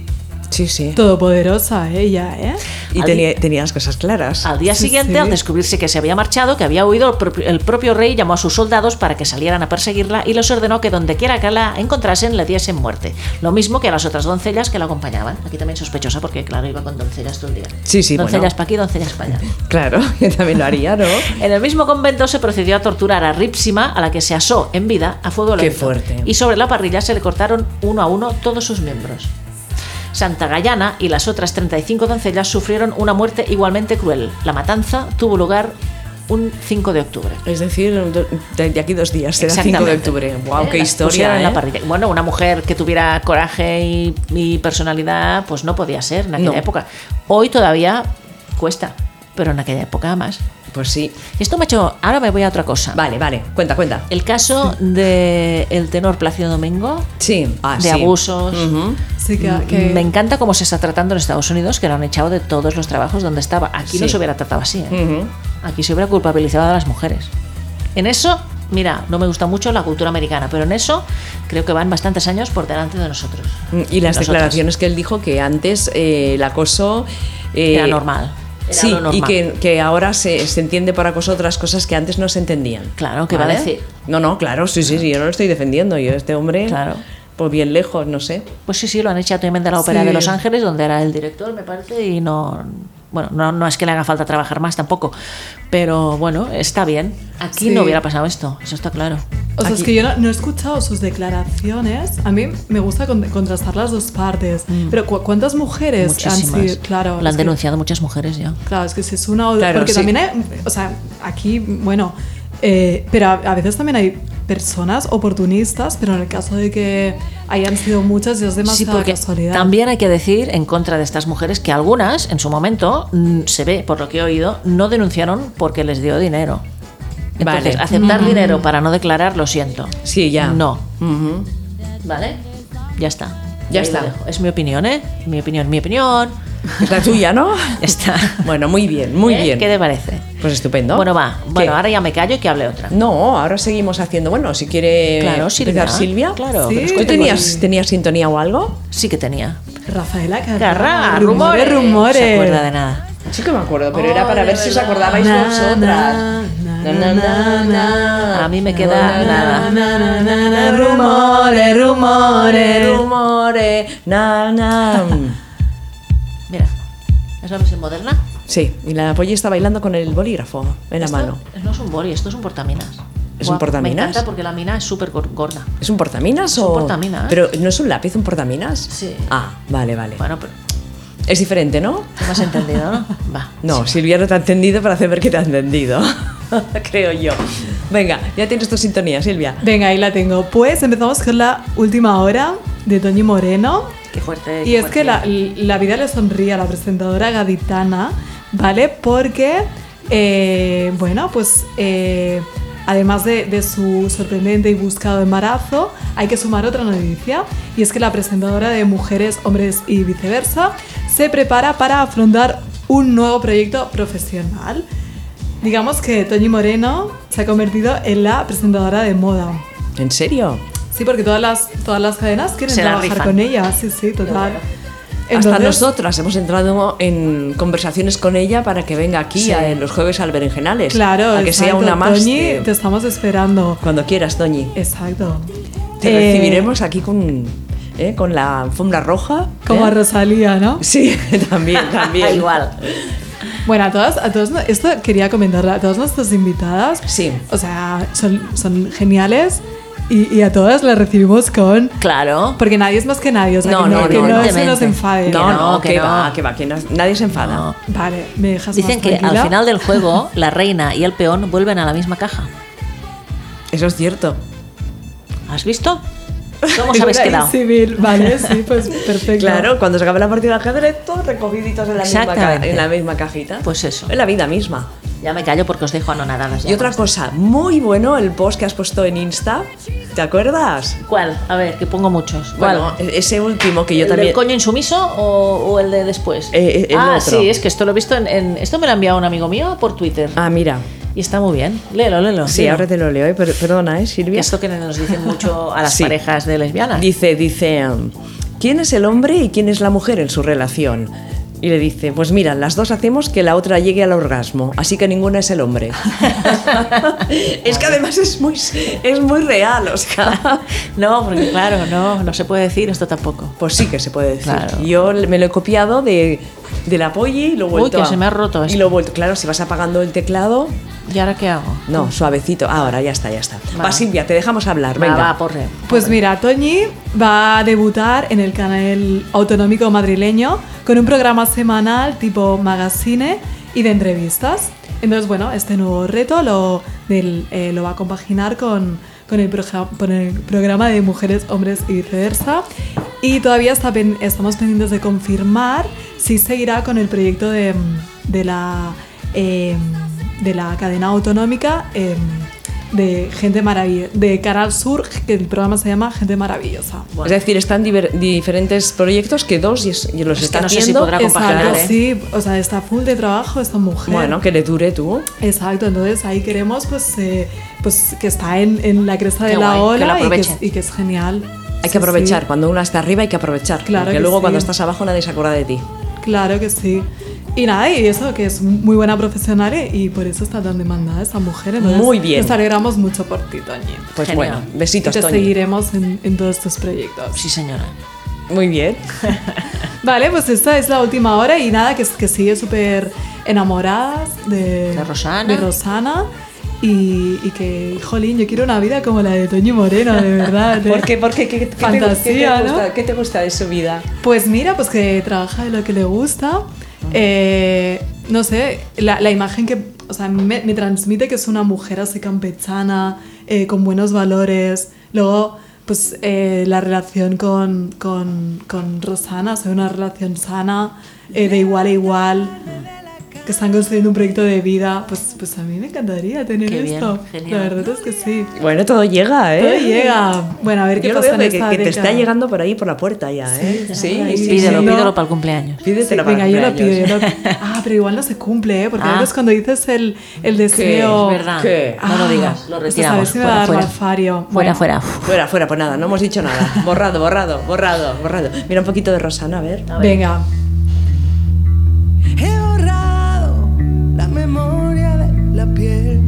S1: Sí, sí.
S3: Todopoderosa ella, ¿eh?
S1: Y
S2: Al
S1: tenía, tenía las cosas claras.
S2: Al día
S3: Sí,
S2: siguiente,
S3: sí.
S2: al descubrirse que se había marchado, que había huido, el, propio- el propio rey llamó a sus soldados para que salieran a perseguirla y les ordenó que dondequiera que la encontrasen le diesen muerte. Lo mismo que a las otras doncellas que la acompañaban. Aquí también sospechosa porque, claro, iba con doncellas todo el día.
S1: Sí, sí,
S2: Doncellas
S1: bueno.
S2: para aquí, doncellas para allá.
S1: Claro, <laughs> yo también lo haría, ¿no?
S2: En el mismo convento se procedió a torturar a Ripsima, a la que se asó en vida a fuego
S1: Qué
S2: lento.
S1: fuerte.
S2: Y sobre la parrilla se le cortaron uno a uno todos sus miembros. Santa Gallana y las otras 35 doncellas sufrieron una muerte igualmente cruel. La matanza tuvo lugar un 5 de octubre.
S1: Es decir, do- de, de aquí dos días, será 5 de
S2: Exactamente.
S1: octubre. Wow,
S2: Eh,
S1: qué
S2: las pusieron
S1: historia.
S2: en
S1: ¿eh?
S2: la parrilla. Bueno, una mujer que tuviera coraje y, y personalidad, pues no podía ser en aquella
S1: No.
S2: época. Hoy todavía cuesta, pero en aquella época más.
S1: Pues sí.
S2: Esto me ha hecho. Ahora me voy a otra cosa.
S1: Vale, vale, cuenta, cuenta.
S2: El caso de el tenor Plácido Domingo,
S1: Sí, ah,
S2: de
S1: sí.
S2: abusos.
S1: Ujú.
S3: Sí, que, que-
S2: Me encanta cómo se está tratando en Estados Unidos, que lo han echado de todos los trabajos donde estaba. Aquí
S1: Sí.
S2: no
S1: Mm.
S2: se hubiera tratado así. ¿eh?
S1: Ujú.
S2: Aquí se hubiera culpabilizado a las mujeres. En eso, mira, no me gusta mucho la cultura americana, pero en eso creo que van bastantes años por delante de nosotros.
S1: Mm, Y las
S2: Nosotras.
S1: declaraciones que él dijo que antes eh, el acoso eh,
S2: Era normal. Era
S1: sí,
S2: lo normal.
S1: y que, que ahora se, se entiende por acoso otras cosas que antes no se entendían.
S2: Claro, ¿qué va a decir?
S1: No, no, claro, sí, sí, sí, yo no lo estoy defendiendo. Yo, este hombre,
S2: Claro.
S1: pues bien lejos, no sé.
S2: Pues sí, sí, lo han echado también de la ópera
S3: Sí.
S2: de Los Ángeles, donde era el director, me parece, y no. Bueno, no, no es que le haga falta trabajar más tampoco, pero bueno, está bien. Aquí
S3: Sí.
S2: no hubiera pasado esto, eso está claro.
S3: O sea,
S1: Aquí-
S3: es que yo no, no he escuchado sus declaraciones. A mí me gusta con- contrastar las dos partes. Pero ¿cu- ¿cuántas mujeres han
S2: Muchísimas.
S3: sido?
S2: La
S3: Claro, es
S2: han
S3: que-
S2: denunciado muchas mujeres ya.
S3: Claro, es que si es una o
S1: Claro,
S3: Porque
S1: sí.
S3: también hay. O sea, aquí, bueno. eh, pero a, a veces también hay personas oportunistas, pero en el caso de que hayan sido muchas, ya es
S2: Sí,
S3: demasiada
S2: porque
S3: casualidad.
S2: también hay que decir en contra de estas mujeres que algunas, en su momento, mm, se ve, por lo que he oído, no denunciaron porque les dio dinero. Entonces,
S1: Vale.
S2: aceptar
S3: Mm.
S2: dinero para no declarar, lo siento.
S1: Sí, ya.
S2: No.
S1: Ujú.
S2: ¿Vale? Ya está.
S1: Ya
S2: Ahí lo
S1: está.
S2: dejo. Es mi opinión, ¿eh? Mi opinión, mi <laughs> opinión.
S1: Es la tuya, ¿no?
S2: Ya <laughs> está.
S1: Bueno, muy bien, muy
S2: ¿Eh?
S1: bien.
S2: ¿Qué te parece?
S1: Pues estupendo.
S2: Bueno, va.
S1: ¿Qué?
S2: Bueno, ahora ya me callo y que hable otra.
S1: No, ahora seguimos haciendo. Bueno, si quiere
S2: Claro, Silvia.
S1: empezar Silvia.
S2: Claro,
S3: Sí.
S2: que nos
S1: ¿Tú
S2: cuente
S1: tenías, tenías sintonía o algo?
S2: Sí que tenía.
S3: Rafaela Carrà,
S2: Carrá, rumores.
S3: rumores, rumores.
S2: No se acuerda de nada.
S1: Sí que me acuerdo,
S2: pero era para ver si os acordabais
S3: Na, na, na, na, na, na.
S2: A mí me queda nada.
S3: Na, na, na, na, rumores, rumores.
S1: Rumores, na, na.
S2: Mira, ¿es la versión moderna?
S1: Sí, y la Polly está bailando con el bolígrafo en la
S2: Esto
S1: mano.
S2: No es un boli, esto es un portaminas.
S1: ¿Es un
S2: Guau,
S1: portaminas?
S2: Me encanta porque la mina es súper gor- gorda.
S1: ¿Es un portaminas
S2: Es un
S1: o...?
S2: portaminas.
S1: Pero no es un lápiz, un portaminas.
S2: Sí.
S1: Ah, vale, vale.
S2: Bueno, pero
S1: Es diferente, ¿no?
S2: tú me has entendido, <laughs> ¿no? Va.
S1: No, Silvia no te ha entendido para hacer ver que te ha entendido. <laughs> Creo yo. Venga, ya tienes tu sintonía, Silvia.
S3: Venga, ahí la tengo. Pues empezamos con la última hora de Toñi Moreno.
S2: Qué fuerte.
S3: Y
S2: qué
S3: es que
S2: fuerte.
S3: la, la vida le sonríe a la presentadora gaditana, ¿vale? Porque, eh, bueno, pues eh, además de, de su sorprendente y buscado embarazo, hay que sumar otra noticia. Y es que la presentadora de Mujeres, Hombres y Viceversa se prepara para afrontar un nuevo proyecto profesional. Digamos que Toñi Moreno se ha convertido en la presentadora de moda.
S1: ¿En serio?
S3: Sí, porque todas las, todas las cadenas quieren
S2: Se la
S3: trabajar
S2: rifan.
S3: con ella. Sí, sí, total.
S1: Hasta
S3: Entonces,
S1: nosotras hemos entrado en conversaciones con ella para que venga aquí
S2: Sí.
S1: a- en los jueves al Berenjenales.
S3: Claro,
S1: A que sea
S3: exacto,
S1: una más.
S3: Toñi,
S1: eh,
S3: te Eh, estamos esperando.
S1: Cuando quieras, Doñi.
S3: Exacto.
S1: Te
S3: Eh,
S1: recibiremos aquí con, eh, con la alfombra roja.
S3: Como
S1: ¿eh?
S3: a Rosalía, ¿no?
S1: Sí, <laughs> también,
S3: <laughs>
S1: también.
S2: Igual.
S3: Bueno, a todas, a todas, esto quería comentarle a todas nuestras invitadas.
S1: Sí.
S3: O sea, son, son geniales y, y a todas las recibimos con.
S2: Claro.
S3: Porque nadie es más que nadie, o sea, que no, que no se nos
S2: evidentemente.
S3: enfade.
S1: No, no,
S2: no,
S1: que,
S2: que
S1: va,
S2: no.
S1: que va, que no- nadie se enfada.
S2: No.
S3: Vale, me dejas
S2: Dicen
S3: más
S2: que al
S3: tranquila.
S2: final del
S1: <laughs>
S2: juego la reina y el peón vuelven a la misma caja.
S1: Eso es cierto.
S2: ¿Has visto?
S1: <laughs>
S2: ¿Cómo os habéis
S3: Era
S2: quedado?
S3: Civil, vale, sí, pues perfecto.
S1: Claro, cuando se acaba la partida de ajedrez, todos recogiditos en la, misma, ca-
S2: Exactamente.
S1: en la misma cajita.
S2: Pues eso.
S1: En la vida misma.
S2: Ya me callo porque os dejo anonadadas. ya.
S1: Y otra cosa, muy bueno el post que has puesto en Insta. ¿Te acuerdas?
S2: ¿Cuál? A ver, que pongo muchos. ¿Cuál?
S1: Bueno, e- ese último que yo
S2: ¿El
S1: también.
S2: del coño insumiso o, o el de después?
S1: Eh, eh, el
S2: ah,
S1: otro.
S2: sí, es que esto lo he visto en, en- Esto me lo ha enviado un amigo mío por Twitter.
S1: Ah, mira.
S2: Y está muy bien. Léelo, léelo.
S1: Sí,
S2: léelo.
S1: ahora te lo leo, eh, per- perdona, ¿eh,
S2: Que
S1: Silvia?
S2: Esto que nos dicen mucho a
S1: <laughs>
S2: las
S1: Sí.
S2: parejas de lesbianas.
S1: Dice, dice, um, ¿quién es el hombre y quién es la mujer en su relación? Y le dice, pues mira, las dos hacemos que la otra llegue al orgasmo, así que ninguna es el
S2: <laughs>
S1: hombre. <laughs> es que además es muy, es muy real, o sea.
S2: <laughs> No, porque claro, no, no se puede decir esto tampoco.
S1: Pues sí que se puede decir.
S2: Claro.
S1: Yo le- me lo he copiado de, del apoyo y lo he
S2: Uy,
S1: vuelto.
S2: que
S1: a-
S2: se me ha roto
S1: Y
S2: esto.
S1: lo he vuelto. Claro, si vas apagando el teclado.
S2: ¿Y ahora qué hago?
S1: No, suavecito. Ah, Ahora ya está, ya está. Va,
S2: Va.
S1: Silvia, te dejamos hablar. Venga.
S2: Ah, Va, va, porre.
S3: Pues mira, Toñi va a debutar en el canal autonómico madrileño con un programa semanal tipo magazine y de entrevistas. Entonces, bueno, este nuevo reto lo, del- eh, lo va a compaginar con, con el proja- con el programa de mujeres, hombres y viceversa. Y todavía está pen- estamos pendientes de confirmar si seguirá con el proyecto de, de la, eh, de la cadena autonómica. eh, de Gente Maravillosa, de Canal Sur, que el programa se llama Gente Maravillosa.
S1: Es decir, están diver- diferentes proyectos que dos y, es- y los
S2: Es que
S1: está
S2: no sé si
S1: haciendo.
S2: podrá compaginar,
S3: Exacto,
S2: ¿eh?
S3: sí, o sea, está full de trabajo esta mujer.
S1: Bueno, que le dure tú.
S3: Exacto, entonces ahí queremos pues, eh, pues que está en, en la cresta de
S2: Qué guay,
S3: la
S2: que lo
S3: ola y, que es,
S2: aprovechen.
S3: y que es genial.
S1: Hay
S3: Sí,
S1: que
S3: sí.
S1: aprovechar. Cuando uno está arriba hay que aprovechar.
S3: Claro
S1: porque
S3: que
S1: luego
S3: sí.
S1: cuando estás abajo nadie se acuerda de ti.
S3: Claro que sí. Y nada, y eso, que es muy buena profesional ¿eh? y, y por eso está tan demandada esta mujer. entonces
S1: Muy bien.
S3: Nos alegramos mucho por ti, Toñi.
S1: Pues
S2: Genial.
S1: bueno, besitos,
S3: Te
S1: Toñi.
S3: seguiremos en, en todos tus proyectos.
S2: Sí, señora.
S1: Muy
S2: <laughs>
S1: bien.
S3: <laughs> Vale, pues esta es la última hora y nada, que, que sigue súper enamoradas de,
S2: De Rosana.
S3: de Rosana. y, y que, jolín, yo quiero una vida como la de Toño Moreno, de verdad. ¿eh?
S1: ¿Por qué? ¿Por qué? ¿Qué, qué te-
S3: Fantasía,
S1: qué te
S3: ¿no?
S1: gusta, qué te gusta de su vida?
S3: Pues mira, pues que trabaja de lo que le gusta. Eh, no sé, la, la imagen que, o sea, me, me transmite que es una mujer así campechana, eh, con buenos valores. Luego, pues eh, la relación con, con, con Rosana, o sea, una relación sana, eh, de igual a igual, que están construyendo un proyecto de vida. Pues, pues a mí me encantaría tener
S2: Qué bien,
S3: esto.
S2: genial.
S3: La verdad es que sí.
S1: Bueno, todo llega, ¿eh?
S3: Todo llega. Bueno, a ver qué
S1: Yo lo
S3: pasa
S1: veo
S3: en
S1: que,
S3: esta
S1: que te está
S3: década.
S1: llegando por ahí por la puerta ya, ¿eh? Sí, sí, sí.
S2: Pídelo,
S3: sí, no.
S2: pídelo para el cumpleaños.
S1: Pídetelo
S3: Sí,
S1: para
S3: venga, yo lo pido,
S1: cumpleaños.
S3: yo lo- Ah, pero igual no se cumple, ¿eh? Porque
S2: Ah.
S3: a veces cuando dices el, el deseo...
S2: Es verdad.
S1: ¿Qué?
S2: No lo
S3: Ah,
S2: digas, lo
S3: pues a
S2: retiramos.
S3: ver si me va a
S2: fuera,
S3: dar
S2: fuera.
S3: malfario.
S2: fuera,
S3: Bueno.
S2: fuera.
S1: Fuera, fuera, pues nada, no hemos dicho <laughs> nada. Borrado, borrado, borrado, borrado. Mira un poquito de Rosana, a ver.
S3: Venga.
S5: He borrado la memoria de la piel,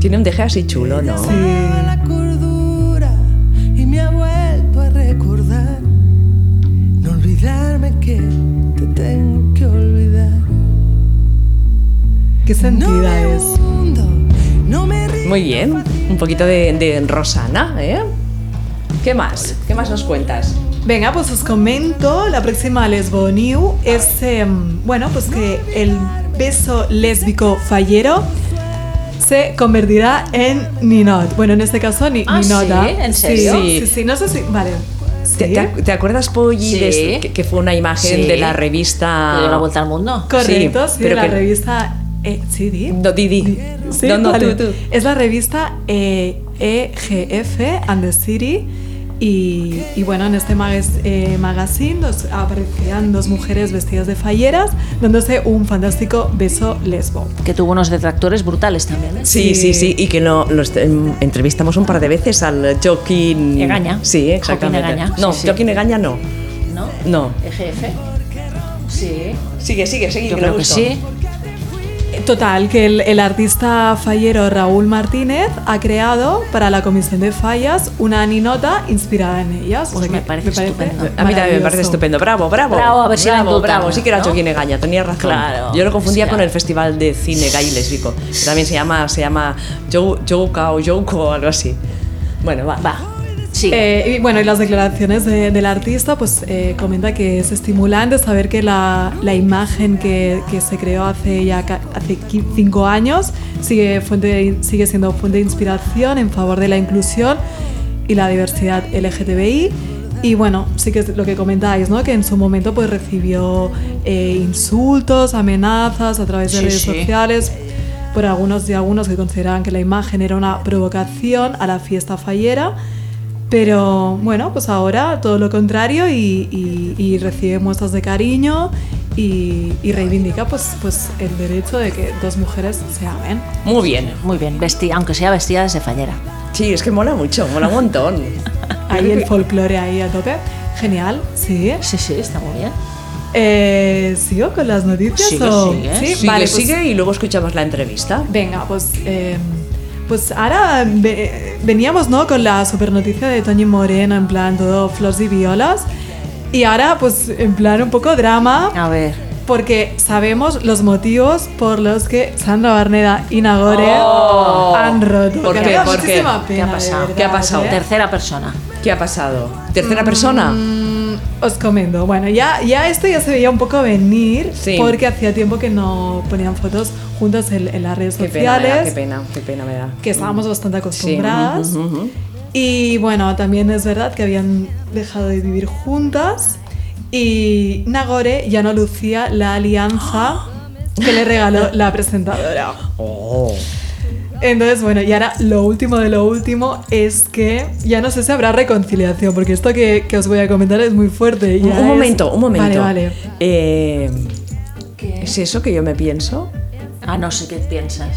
S1: Tiene un deje así chulo, ¿no?
S5: de la cordura y me ha vuelto a recordar. No olvidarme que te tengo que olvidar.
S3: Qué
S5: No
S3: sentida
S5: me
S3: es.
S5: hundo, no me rindo.
S1: Muy bien, un poquito de, de Rosana, ¿eh? ¿Qué más? ¿Qué más nos cuentas?
S3: Venga, pues os comento, la próxima Lesbo New es, em, bueno, pues que el beso lésbico fallero se convertirá en Ninot. Bueno, en este caso, ni,
S2: Ah,
S3: Ninota.
S2: ¿sí? ¿En serio?
S3: Sí, sí, sí, no sé si... Vale.
S1: ¿Te,
S3: Sí.
S1: te ac- te acuerdas, Polly,
S2: Sí.
S1: de este- que, que fue una imagen de la
S2: Sí. Le doy la
S1: revista...
S2: vuelta al mundo.
S3: Correcto,
S1: Sí,
S3: sí,
S1: pero
S3: de la
S1: que-
S3: revista... eh, sí, di.
S1: No, Didi.
S3: Sí,
S1: no, no,
S3: vale.
S1: tú, tú.
S3: Es la revista eh, EGF and the City. Y, y bueno, en este magas- eh, magazine nos aparecían dos mujeres vestidas de falleras dándose un fantástico beso lesbo.
S2: Que tuvo unos detractores brutales también. ¿eh?
S1: Sí, sí,
S3: Sí.
S1: sí, y que no, los em, entrevistamos un par de veces al Joaquín
S2: Egaña.
S1: Sí, exactamente.
S2: Joaquín Egaña,
S1: No,
S2: sí, sí.
S1: Joaquín Egaña no.
S2: ¿No?
S1: No.
S2: EGF. Sí.
S1: Sigue, sigue, sigue.
S2: Yo
S1: lo
S2: creo que
S1: busco.
S2: sí.
S3: Total, que el, el artista fallero Raúl Martínez ha creado para la Comisión de Fallas una ninota inspirada en ellas.
S2: Pues me
S3: que
S2: parece estupendo.
S1: A mí también me parece
S3: maravilloso.
S1: estupendo. Bravo, bravo.
S2: Bravo, a ver si la
S1: bravo,
S2: indultan,
S1: bravo. Sí que era
S2: ¿no?
S1: Joaquín Egaña, tenía razón.
S2: Claro.
S1: Yo lo confundía
S2: Sí,
S1: con
S2: claro.
S1: el Festival de Cine Gay Lésbico, que también se llama, se llama Jou- Jouka o Jouko o algo así. Bueno, va.
S2: Va. Sí.
S3: Eh, y bueno, y las declaraciones de- del artista, pues eh, comenta que es estimulante saber que la, la imagen que, que se creó hace ya ca- hace qui- cinco años sigue, fuente de- sigue siendo fuente de inspiración en favor de la inclusión y la diversidad LGTBI. Y bueno, sí que es lo que comentáis, ¿no? Que en su momento pues recibió eh, insultos, amenazas a través de
S2: Sí,
S3: redes
S2: sí.
S3: sociales por algunos y algunos que consideraban que la imagen era una provocación a la fiesta fallera. Pero bueno, pues ahora todo lo contrario y, y- y recibe muestras de cariño y, y reivindica pues, pues el derecho de que dos mujeres se amen.
S1: Muy bien.
S2: Muy bien, vesti aunque sea vestida de fallera.
S1: Sí, es que mola mucho, mola un
S2: <laughs>
S1: montón.
S3: Ahí el folclore ahí a tope. Genial, sí.
S2: Sí, sí, está muy bien.
S3: Eh, ¿Sigo con las noticias?
S2: Sigue,
S3: o-
S2: sigue,
S1: Sigue,
S3: vale, pues-
S1: sigue y luego escuchamos la entrevista.
S3: Venga, pues, eh, pues ahora ve- veníamos ¿no? con la super noticia de Toño Moreno, en plan todo flores y violas. Y ahora, pues, en plan un poco drama,
S1: Ah.
S2: A ver.
S3: porque sabemos los motivos por los que Sandra Barneda y Nagore
S1: Oh.
S3: han roto.
S1: ¿Por
S3: Que
S1: qué?
S3: me da
S1: ¿Por qué?
S2: ¿Qué
S3: muchísima
S2: ha
S3: pena, de
S2: pasado?
S3: verdad,
S1: ¿Qué ha pasado?
S3: ¿eh?
S2: Tercera persona.
S1: ¿Qué ha pasado? ¿Tercera persona?
S3: Mm, Os comento. Bueno, ya, ya esto ya se veía un poco venir
S1: Sí.
S3: porque hacía tiempo que no ponían fotos juntas en, en las redes
S1: Qué pena, me
S3: sociales.
S1: da, qué pena, qué pena me da.
S3: que estábamos bastante acostumbradas.
S1: ujú, ujú.
S3: Y bueno, también es verdad que habían dejado de vivir juntas y Nagore ya no lucía
S1: <gasps>
S3: la alianza que le regaló la presentadora.
S1: Oh.
S3: Entonces, bueno, y ahora lo último de lo último es que ya no sé si habrá reconciliación, porque esto que, que os voy a comentar es muy fuerte.
S1: Un,
S3: ya
S1: un
S3: es-
S1: momento, un momento.
S3: Vale, vale.
S1: Eh, ¿Es eso que yo me pienso?
S2: Ah, no sé qué piensas.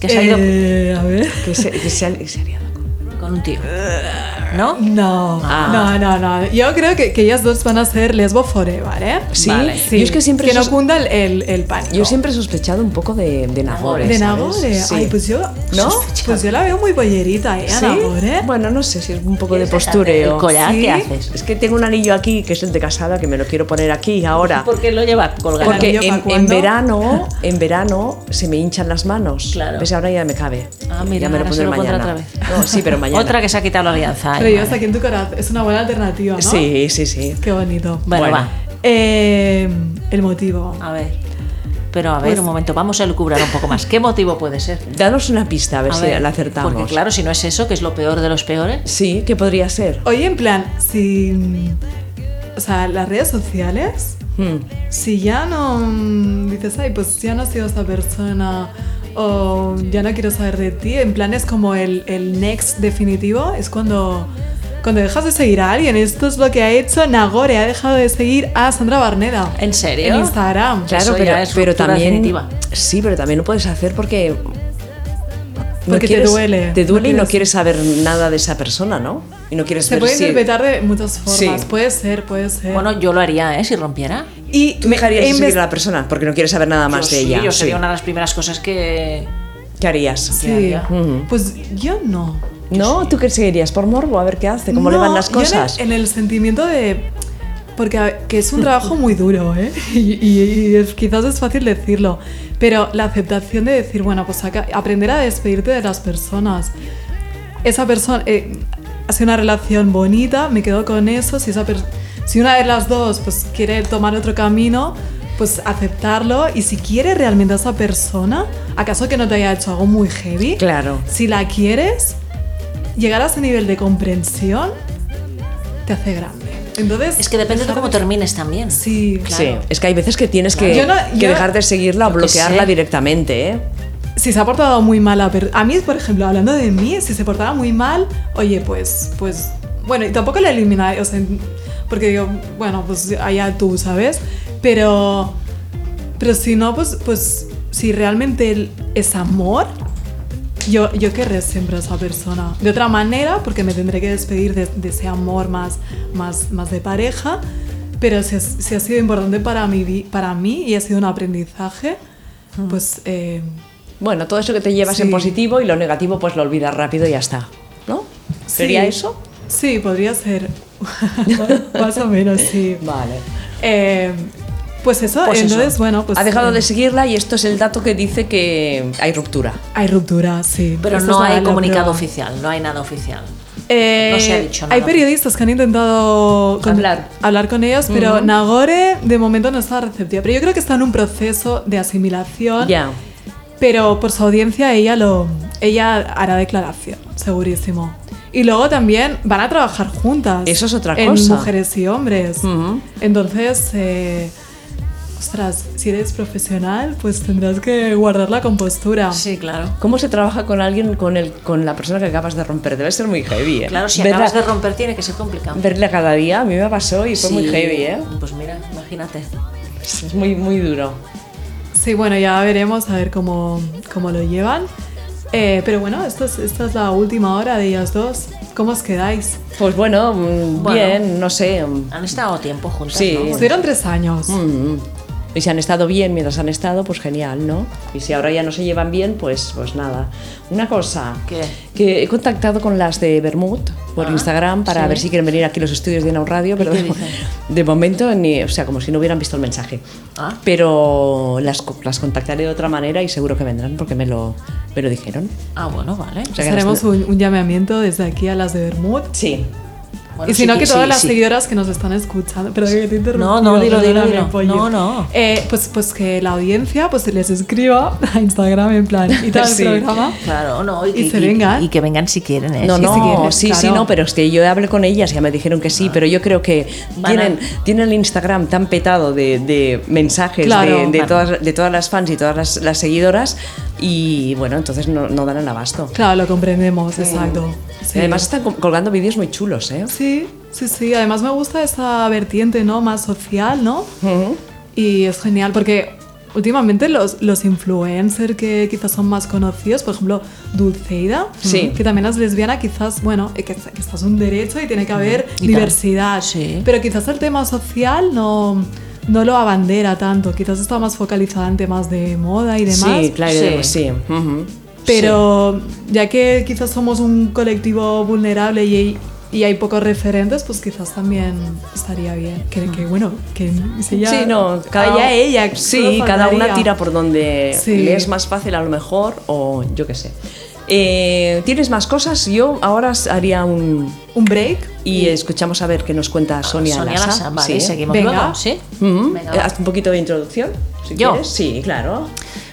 S2: Que se ha ido
S3: Eh, a ver.
S1: Que se, que se ha- que se ha liado con-
S2: con un tío. ¿no?
S3: Eh. No,
S2: Ah.
S3: no, no, no. Yo creo que, que ellas dos van a ser lesbo forever, ¿eh?
S1: Sí,
S2: Vale.
S1: yo es que siempre
S3: no
S1: sos-
S3: cunda el, el, el pánico.
S1: Yo siempre he sospechado un poco de, de Nagore.
S3: De
S1: ¿sabes?
S3: Nagore.
S1: Sí.
S3: Ay, pues yo.
S1: ¿No?
S3: Pues yo la veo muy bollerita, ¿eh? A
S1: ¿Sí?
S3: Nagore.
S1: Bueno, no sé si es un poco de
S2: El
S1: postureo.
S2: collar,
S1: Sí.
S2: ¿qué haces?
S1: Es que tengo un anillo aquí, que es el de casada, que me lo quiero poner aquí ahora.
S2: Porque lo lleva colgado.
S1: Porque
S3: anillo
S1: en,
S3: pa'
S1: en
S3: cuándo? <laughs>
S1: verano, en verano se me hinchan las manos.
S2: Claro.
S1: ¿Ves? Ahora ya me cabe.
S2: Ah, mira,
S1: ya me lo
S2: ahora
S1: pondré
S2: se lo pondrá
S1: mañana.
S2: otra vez.
S1: <laughs> No, sí,
S2: <laughs>
S1: pero mañana.
S2: Otra que se ha quitado la alianza. Ay,
S3: Pero yo
S2: madre.
S3: hasta aquí en tu corazón. Es una buena alternativa, ¿no?
S1: Sí, sí, sí.
S3: Qué bonito.
S2: Bueno,
S1: Bueno.
S3: Eh, el motivo.
S1: Ah.
S2: va. A ver. Pero a ver,
S3: Pues
S2: un momento, vamos a lucubrar un poco más. ¿Qué motivo puede ser?
S1: Danos una pista, a ver
S2: A
S1: si
S2: ver,
S1: la acertamos.
S2: Porque claro, si no es eso, que es lo peor de los peores.
S1: Sí, ¿qué podría ser?
S3: Oye, en plan, si. O sea, las redes sociales.
S1: Hmm.
S3: Si ya no mm, dices, ay, pues ya no ha sido esta persona o ya no quiero saber de ti, en plan es como el, el next definitivo, es cuando, cuando dejas de seguir a alguien. Esto es lo que ha hecho Nagore, ha dejado de seguir a Sandra Barneda
S2: ¿En serio?
S3: en Instagram.
S1: Claro,
S2: Eso ya
S1: pero,
S2: es
S1: pero
S2: ruptura
S1: también.
S2: definitiva.
S1: Sí, pero también lo puedes hacer porque. no
S3: Porque te
S1: quieres-
S3: duele,
S1: Te
S3: no
S1: duele y no
S3: quieres-
S1: quieres saber nada de esa persona, ¿no? Y no quieres
S3: Se
S1: ver
S3: puede
S1: si-
S3: interpretar de muchas formas,
S1: Sí.
S3: puede ser, puede ser.
S2: Bueno, yo lo haría, ¿eh? Si rompiera.
S1: Y tú dejarías de
S3: en
S1: seguir
S3: vez-
S1: a la persona porque no quieres saber nada más
S2: Yo
S1: de
S2: sí,
S1: ella.
S2: Yo
S1: sí.
S2: sería una de las primeras cosas que.
S1: ¿Qué harías?
S3: sí.
S2: ya, ya.
S1: Ujú.
S3: Pues yo no.
S1: ¿No? ¿Tú qué seguirías? ¿Por morbo? A ver qué hace, cómo le van
S3: No,
S1: las
S3: yo en el-
S1: cosas.
S3: En el, sentimiento de. Porque a ver, que es un trabajo muy duro, ¿eh? <laughs> Y, y- y es- quizás es fácil decirlo, pero la aceptación de decir, bueno, pues acá- aprender a despedirte de las personas. Esa persona. eh, ha sido una relación bonita, me quedo con eso. Si, esa per- si una de las dos pues, quiere tomar otro camino, pues aceptarlo. Y si quiere realmente a esa persona, acaso que no te haya hecho algo muy heavy,
S1: Claro.
S3: si la quieres, llegar a ese nivel de comprensión te hace grande. Entonces,
S2: Es que depende de
S3: dejar
S2: cómo termines también.
S3: Sí,
S2: Claro.
S1: Sí, es que hay veces que tienes que,
S3: Yo no-
S1: que
S3: yo-
S1: dejar de seguirla o
S2: Yo qué
S1: bloquearla
S2: sé.
S1: directamente, ¿eh?
S3: Si se ha portado muy mal a per- a mí, por ejemplo, hablando de mí, si se portaba muy mal, oye, pues pues bueno, y tampoco la eliminar, o sea, porque digo, bueno, pues allá tú, ¿sabes? Pero pero si no, pues pues si realmente el- es amor, yo, yo querré siempre a esa persona. De otra manera, porque me tendré que despedir de, de ese amor más, más, más de pareja, pero si, es- si ha sido importante para mí, vi- para mí y ha sido un aprendizaje, pues eh,
S1: Bueno, todo eso que te llevas
S3: Sí.
S1: en positivo y lo negativo pues lo olvidas rápido y ya está, ¿no? ¿Sería
S3: sí.
S1: eso?
S3: Sí, podría
S2: <laughs>
S3: ser. <laughs> más o menos, sí.
S1: Vale.
S3: Eh, pues eso,
S2: Pues eso.
S3: entonces, bueno, pues...
S1: ha dejado
S3: eh,
S1: de seguirla y esto es el dato que dice que hay ruptura.
S3: Hay ruptura, sí.
S2: Pero
S3: Esa
S2: no
S3: es la-
S2: hay
S3: la
S2: comunicado
S3: prueba.
S2: oficial, no hay nada oficial.
S3: Eh,
S2: No se ha dicho
S3: Hay
S2: nada.
S3: periodistas que han intentado con-
S1: Hablar.
S3: hablar con ellos, pero Nagore de momento no está receptiva. Pero yo creo que está en un proceso de asimilación.
S1: Ya.
S3: Pero por su audiencia ella lo ella hará declaración, segurísimo. Y luego también van a trabajar juntas.
S1: Eso es otra
S3: en
S1: cosa.
S3: mujeres y hombres.
S1: Ujú.
S3: Entonces, eh, ostras, si eres profesional, pues tendrás que guardar la compostura.
S2: Sí, claro.
S1: ¿Cómo se trabaja con alguien, con, el, con la persona que acabas de romper? Debe ser muy heavy, ¿eh?
S2: Claro, si
S1: Verla-
S2: acabas de romper tiene que ser complicado.
S1: Verla cada día, a mí me pasó y fue muy
S2: Sí,
S1: heavy, ¿eh?
S2: Pues mira, imagínate.
S1: Es muy, muy duro.
S3: Sí, bueno, ya veremos a ver cómo, cómo lo llevan. Eh, pero bueno, esto es- esta es la última hora de ellas dos. ¿Cómo os quedáis?
S1: Pues bueno, mm,
S2: Bueno.
S1: bien, no sé. mm,
S2: Han estado tiempo juntas,
S1: Sí.
S2: ¿no?
S3: Estuvieron tres años.
S1: mm, mm. Y si han estado bien mientras han estado, pues genial, ¿no? Y si ahora ya no se llevan bien, pues, pues nada. Una cosa,
S2: ¿Qué?
S1: que he contactado con las de Bermud por
S2: Ah,
S1: Instagram para
S2: sí.
S1: ver si quieren venir aquí a los estudios de Nau Radio, pero
S2: qué
S1: de,
S2: dicen?
S1: de momento, ni, o sea, como si no hubieran visto el mensaje.
S2: Ah.
S1: Pero las, co- las contactaré de otra manera y seguro que vendrán porque me lo, me lo dijeron.
S2: Ah, bueno, vale.
S1: O sea, que
S3: Haremos
S1: las-
S3: un, un llamamiento desde aquí a las de Bermud.
S1: Sí,
S2: Bueno,
S3: y si
S2: sí
S3: no, que
S1: que-
S3: todas
S1: sí,
S3: las
S1: sí.
S3: seguidoras que nos están escuchando. Pero que te he
S2: No,
S3: interrumpido,
S2: no, dilo, dilo,
S3: perdóname,
S2: dilo.
S3: pollo.
S2: No, no.
S3: Eh, pues, pues que la audiencia pues les escriba a Instagram en plan y
S2: <laughs>
S3: tal
S1: Sí.
S3: el programa.
S2: Claro, no. Y,
S3: Y se vengan.
S2: Y, que vengan si quieren, ¿eh?
S1: No,
S2: Sí,
S1: no,
S3: si quieres,
S1: sí, sí,
S3: claro. Ah.
S1: no, pero es que yo hablé con ellas, ya me dijeron que sí, pero yo creo que
S2: Van a-
S1: tienen, tienen el Instagram tan petado de, de mensajes
S3: Claro,
S1: de, de
S2: van.
S1: todas, de todas las fans y todas las, las seguidoras y bueno, entonces no, no dan el abasto.
S3: Claro, lo comprendemos, exacto.
S1: Y
S3: Sí.
S1: además están co- colgando vídeos muy chulos, ¿eh?
S3: Sí, sí, sí. Además me gusta esa vertiente, ¿no? Más social, ¿no? Y es genial porque últimamente los, los influencers que quizás son más conocidos, por ejemplo, Dulceida,
S1: Sí.
S3: que también es lesbiana, quizás, bueno, eh, que, que estás un derecho y tiene que haber diversidad.
S2: Sí.
S3: Pero quizás el tema social no, no lo abandera tanto, quizás está más focalizada en temas de moda y demás.
S1: Sí, claro,
S2: Sí.
S1: sí. ujú.
S3: Pero ya que quizás somos un colectivo vulnerable y, y hay pocos referentes, pues quizás también estaría bien. Que, que, bueno, que si ella,
S1: sí, no, cada
S3: vaya ella.
S1: Sí,
S3: solo
S1: cada una
S3: faltaría.
S1: tira por donde
S3: Sí.
S1: le es más fácil a lo mejor o yo qué sé. Eh, ¿Tienes más cosas? Yo ahora haría un...
S3: Un break.
S1: Y escuchamos a ver qué nos cuenta Sonia,
S2: Mm. Sonia
S1: Lassa.
S2: Lassa, vale,
S1: Sí.
S2: seguimos
S3: Venga.
S2: luego, ¿sí?
S1: Ujú.
S2: Venga,
S1: Eh,
S2: va.
S1: Haz un poquito de introducción, si
S2: ¿Yo?
S1: quieres. Sí, claro.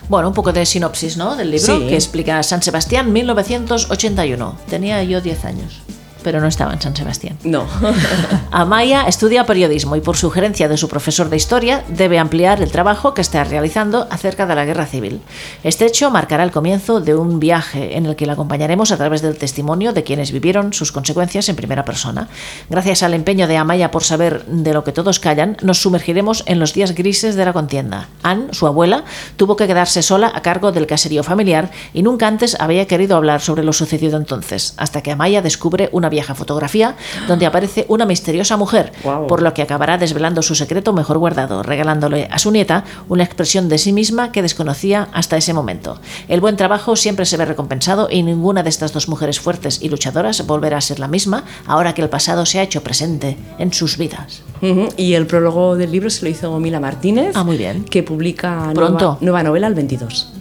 S2: Bueno, un poco de sinopsis, ¿no? Del libro
S1: Sí.
S2: que explica San Sebastián 1981. Tenía yo 10 años, pero no estaba en San Sebastián.
S1: No. <laughs>
S2: <laughs> Amaya estudia periodismo y por sugerencia de su profesor de historia debe ampliar el trabajo que está realizando acerca de la guerra civil. Este hecho marcará el comienzo de un viaje en el que la acompañaremos a través del testimonio de quienes vivieron sus consecuencias en primera persona. Gracias al empeño de Amaya por saber de lo que todos callan, nos sumergiremos en los días grises de la contienda. Anne, su abuela, tuvo que quedarse sola a cargo del caserío familiar y nunca antes había querido hablar sobre lo sucedido entonces, hasta que Amaya descubre una vieja fotografía donde aparece una misteriosa mujer,
S1: Guau.
S2: por lo que acabará desvelando su secreto mejor guardado, regalándole a su nieta una expresión de sí misma que desconocía hasta ese momento. El buen trabajo siempre se ve recompensado y ninguna de estas dos mujeres fuertes y luchadoras volverá a ser la misma ahora que el pasado se ha hecho presente en sus vidas.
S1: Ujú, Mm-hmm. Y el prólogo del libro se lo hizo Mila Martínez.
S2: Ah, muy bien.
S1: Que publica
S2: Pronto.
S1: Nueva, nueva novela el 22.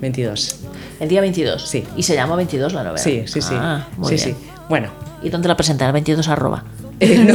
S1: 22.
S2: El día 22.
S1: Sí.
S2: Y se llama 22 la novela.
S1: Sí, sí, sí.
S2: Ah, muy
S1: sí,
S2: bien.
S1: sí. Bueno.
S2: ¿Y dónde la presenta? El
S1: <laughs>
S2: 22 arroba.
S1: eh, no.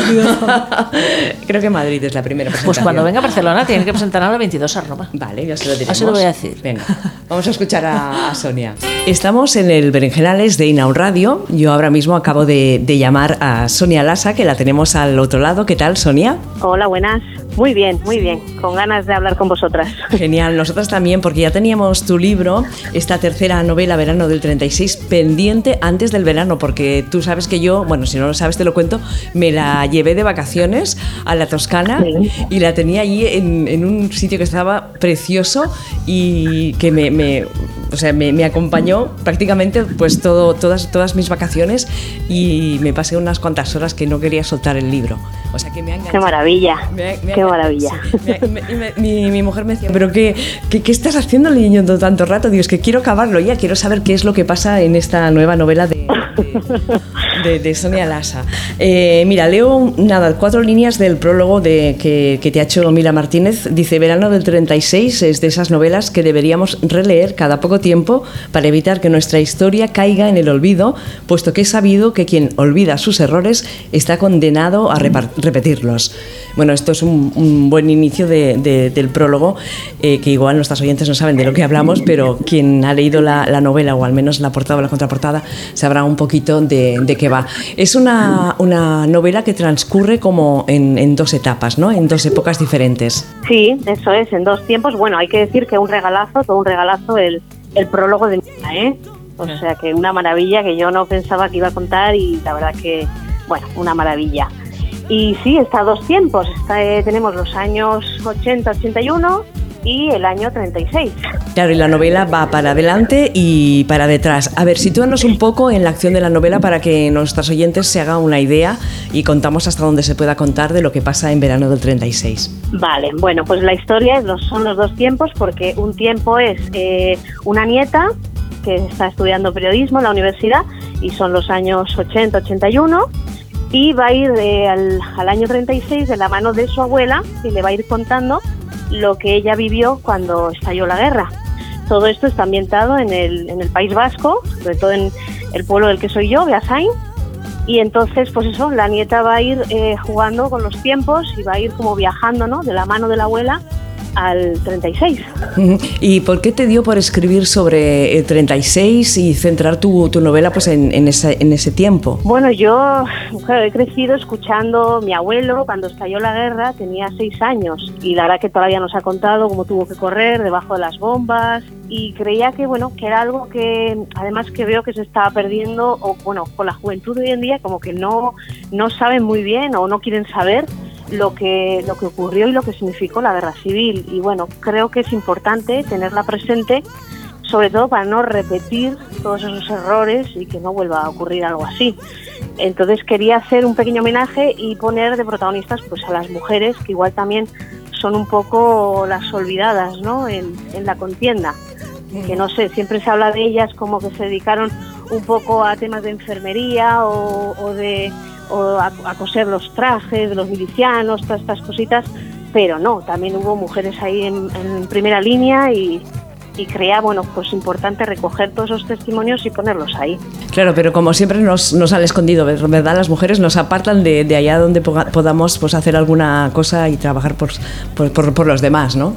S1: Creo que Madrid es la primera
S2: Pues
S1: presentación.
S2: cuando venga a Barcelona tienen que presentarla el 22 arroba.
S1: Vale, ya se lo diremos.
S2: Eso lo voy a decir.
S1: Venga, vamos a escuchar a, a Sonia. Estamos en el Berenjenales de Inaun Radio. Yo ahora mismo acabo de, de llamar a Sonia Lasa, que la tenemos al otro lado. ¿Qué tal, Sonia?
S6: Hola, buenas. Muy bien, muy bien. Con ganas de hablar con vosotras.
S1: Genial, nosotras también, porque ya teníamos tu libro, esta tercera novela, Verano del 36, pendiente antes del verano, porque tú sabes que yo, bueno, si no lo sabes te lo cuento, me la llevé de vacaciones a la Toscana y la tenía allí en, en un sitio que estaba precioso y que me, me- o sea, me, me acompañó prácticamente pues todo, todas, todas mis vacaciones y me pasé unas cuantas horas que no quería soltar el libro. O sea que me ha
S6: Qué
S1: enganchado.
S6: maravilla.
S1: Me- me-
S6: Qué maravilla.
S1: sí, me- me- y me- mi, mi mujer me decía, ¿pero qué, qué, qué estás haciendo leyendo tanto rato? Digo, es que quiero acabarlo ya, quiero saber qué es lo que pasa en esta nueva novela de, de, de- de Sonia Lassa. Eh, mira, leo nada, cuatro líneas del prólogo de, que, que te ha hecho Mila Martínez. Dice, verano del 36 es de esas novelas que deberíamos releer cada poco tiempo para evitar que nuestra historia caiga en el olvido, puesto que es sabido que quien olvida sus errores está condenado a repar- repetirlos. Bueno, esto es un, un buen inicio de- de- del prólogo, eh, que igual nuestros oyentes no saben de lo que hablamos, pero quien ha leído la, la novela, o al menos la portada o la contraportada, sabrá un poquito de, de qué va. Es una, una novela que transcurre como en, en dos etapas, ¿no? En dos épocas diferentes.
S6: Sí, eso es, en dos tiempos. Bueno, hay que decir que un regalazo, todo un regalazo el, el prólogo de mi hija, ¿eh? O
S1: Ah.
S6: sea que una maravilla que yo no pensaba que iba a contar y la verdad que, bueno, una maravilla. Y sí, está a dos tiempos. Está, eh, tenemos los años 80, 81 y el año 36.
S1: Claro, y la novela va para adelante y para detrás. A ver, sitúanos un poco en la acción de la novela para que nuestros oyentes se hagan una idea y contamos hasta donde se pueda contar de lo que pasa en verano del 36.
S6: Vale, bueno, pues la historia es los- son los dos tiempos porque un tiempo es eh, una nieta que está estudiando periodismo en la universidad y son los años 80-81 y va a ir eh, al, al año 36 de la mano de su abuela y le va a ir contando lo que ella vivió cuando estalló la guerra. Todo esto está ambientado en el, en el País Vasco, sobre todo en el pueblo del que soy yo, Beasain, y entonces, pues eso, la nieta va a ir eh, jugando con los tiempos y va a ir como viajando, ¿no? De la mano de la abuela al 36.
S1: Ujú. ¿Y por qué te dio por escribir sobre el 36 y centrar tu, tu novela pues, en, en ese, en ese tiempo?
S6: Bueno, yo claro, he crecido escuchando a mi abuelo cuando estalló la guerra, tenía seis años y la verdad que todavía nos ha contado cómo tuvo que correr debajo de las bombas y creía que bueno que era algo que además que veo que se estaba perdiendo o bueno con la juventud de hoy en día como que no no saben muy bien o no quieren saber lo que, lo que ocurrió y lo que significó la guerra civil. Y bueno, creo que es importante tenerla presente, sobre todo para no repetir todos esos errores y que no vuelva a ocurrir algo así. Entonces quería hacer un pequeño homenaje y poner de protagonistas pues a las mujeres, que igual también son un poco las olvidadas ¿no? en, en la contienda. Que no sé, siempre se habla de ellas como que se dedicaron un poco a temas de enfermería o, o de o a, a, coser los trajes de los milicianos, todas estas cositas, pero no, también hubo mujeres ahí en, en primera línea y, y creía, bueno, pues importante recoger todos esos testimonios y ponerlos ahí.
S1: Claro, pero como siempre nos, nos han escondido, ¿verdad? Las mujeres nos apartan de, de allá donde poga, podamos pues, hacer alguna cosa y trabajar por, por, por, por los demás, ¿no?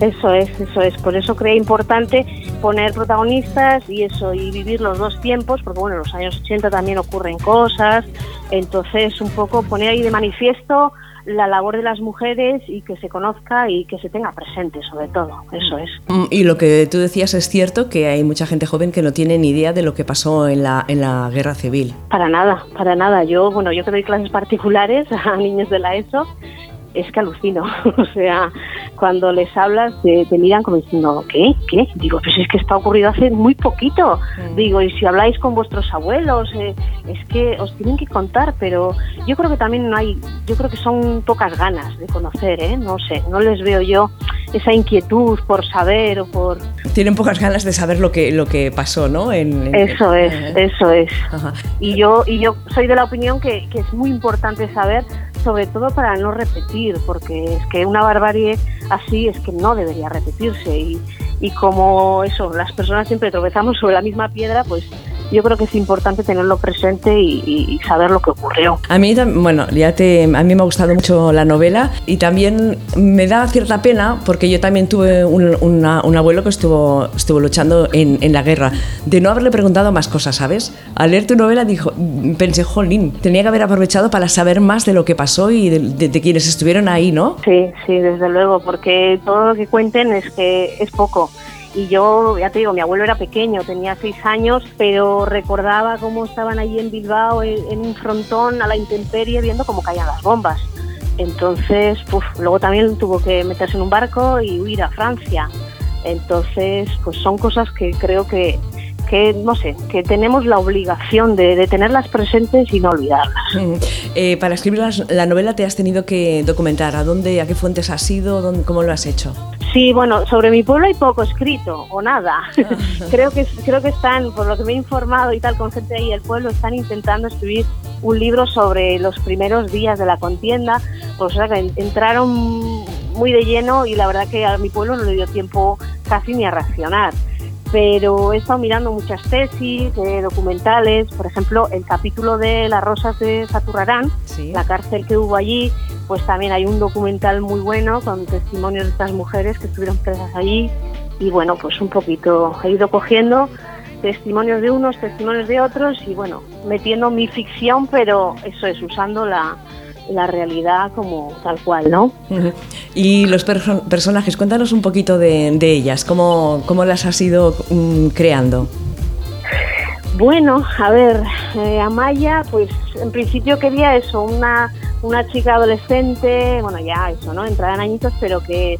S6: Eso es, eso es. Por eso creía importante poner protagonistas y eso, y vivir los dos tiempos, porque bueno, en los años 80 también ocurren cosas. Entonces, un poco poner ahí de manifiesto la labor de las mujeres y que se conozca y que se tenga presente, sobre todo. Eso es.
S1: Mm, Y lo que tú decías es cierto, que hay mucha gente joven que no tiene ni idea de lo que pasó en la, en la guerra civil.
S6: Para nada, para nada. Yo, bueno, yo que doy clases particulares <laughs> a niños de la ESO, es que alucino. <laughs> o sea, cuando les hablas te, te, miran como diciendo, ¿qué? ¿Qué? Digo, pues es que está ocurrido hace muy poquito. Mm. Digo, y si habláis con vuestros abuelos, eh, es que os tienen que contar, pero yo creo que también no hay, yo creo que son pocas ganas de conocer, ¿eh? No sé, no les veo yo esa inquietud por saber o por...
S1: Tienen pocas ganas de saber lo que, lo que pasó, ¿no? En,
S6: en... Eso es, Ajá. eso es. Ajá. Y, yo, y yo soy de la opinión que, que es muy importante saber sobre todo para no repetir, porque es que una barbarie así es que no debería repetirse. Y, y, como eso, las personas siempre tropezamos sobre la misma piedra, pues yo creo que es importante tenerlo presente y, y, saber lo que ocurrió.
S1: A mí, bueno, ya te, a mí me ha gustado mucho la novela y también me da cierta pena porque yo también tuve un, una, un abuelo que estuvo, estuvo luchando en, en, la guerra, de no haberle preguntado más cosas, ¿sabes? Al leer tu novela dijo, pensé, jolín, tenía que haber aprovechado para saber más de lo que pasó y de, de, de quienes estuvieron ahí, ¿no?
S6: Sí, sí, desde luego, porque todo lo que cuenten es que es poco. Y yo, ya te digo, mi abuelo era pequeño, tenía seis años, pero recordaba cómo estaban allí en Bilbao, en, en un frontón, a la intemperie, viendo cómo caían las bombas. Entonces, puf, luego también tuvo que meterse en un barco y huir a Francia. Entonces, pues son cosas que creo que, que no sé, que tenemos la obligación de, de tenerlas presentes y no olvidarlas. Mm.
S1: Eh, para escribir la, la, novela te has tenido que documentar. ¿A dónde, a qué fuentes has ido, dónde, cómo lo has hecho?
S6: Sí, bueno, sobre mi pueblo hay poco escrito o nada. <laughs> creo que creo que están, por lo que me he informado y tal con gente ahí del pueblo, están intentando escribir un libro sobre los primeros días de la contienda. O sea que entraron muy de lleno y la verdad que a mi pueblo no le dio tiempo casi ni a reaccionar pero he estado mirando muchas tesis, eh, documentales, por ejemplo, el capítulo de Las Rosas de Saturrarán, sí. la cárcel que hubo allí, pues también hay un documental muy bueno con testimonios de estas mujeres que estuvieron presas allí y bueno, pues un poquito he ido cogiendo testimonios de unos, testimonios de otros y bueno, metiendo mi ficción, pero eso es, usando la, la realidad como tal cual, ¿no? Uh -huh.
S1: Y los perso personajes, cuéntanos un poquito de, de ellas, ¿cómo, cómo, las has ido um, creando.
S6: Bueno, a ver, eh, Amaya, pues en principio quería eso, una, una chica adolescente, bueno, ya eso, ¿no? Entrada en añitos, pero que,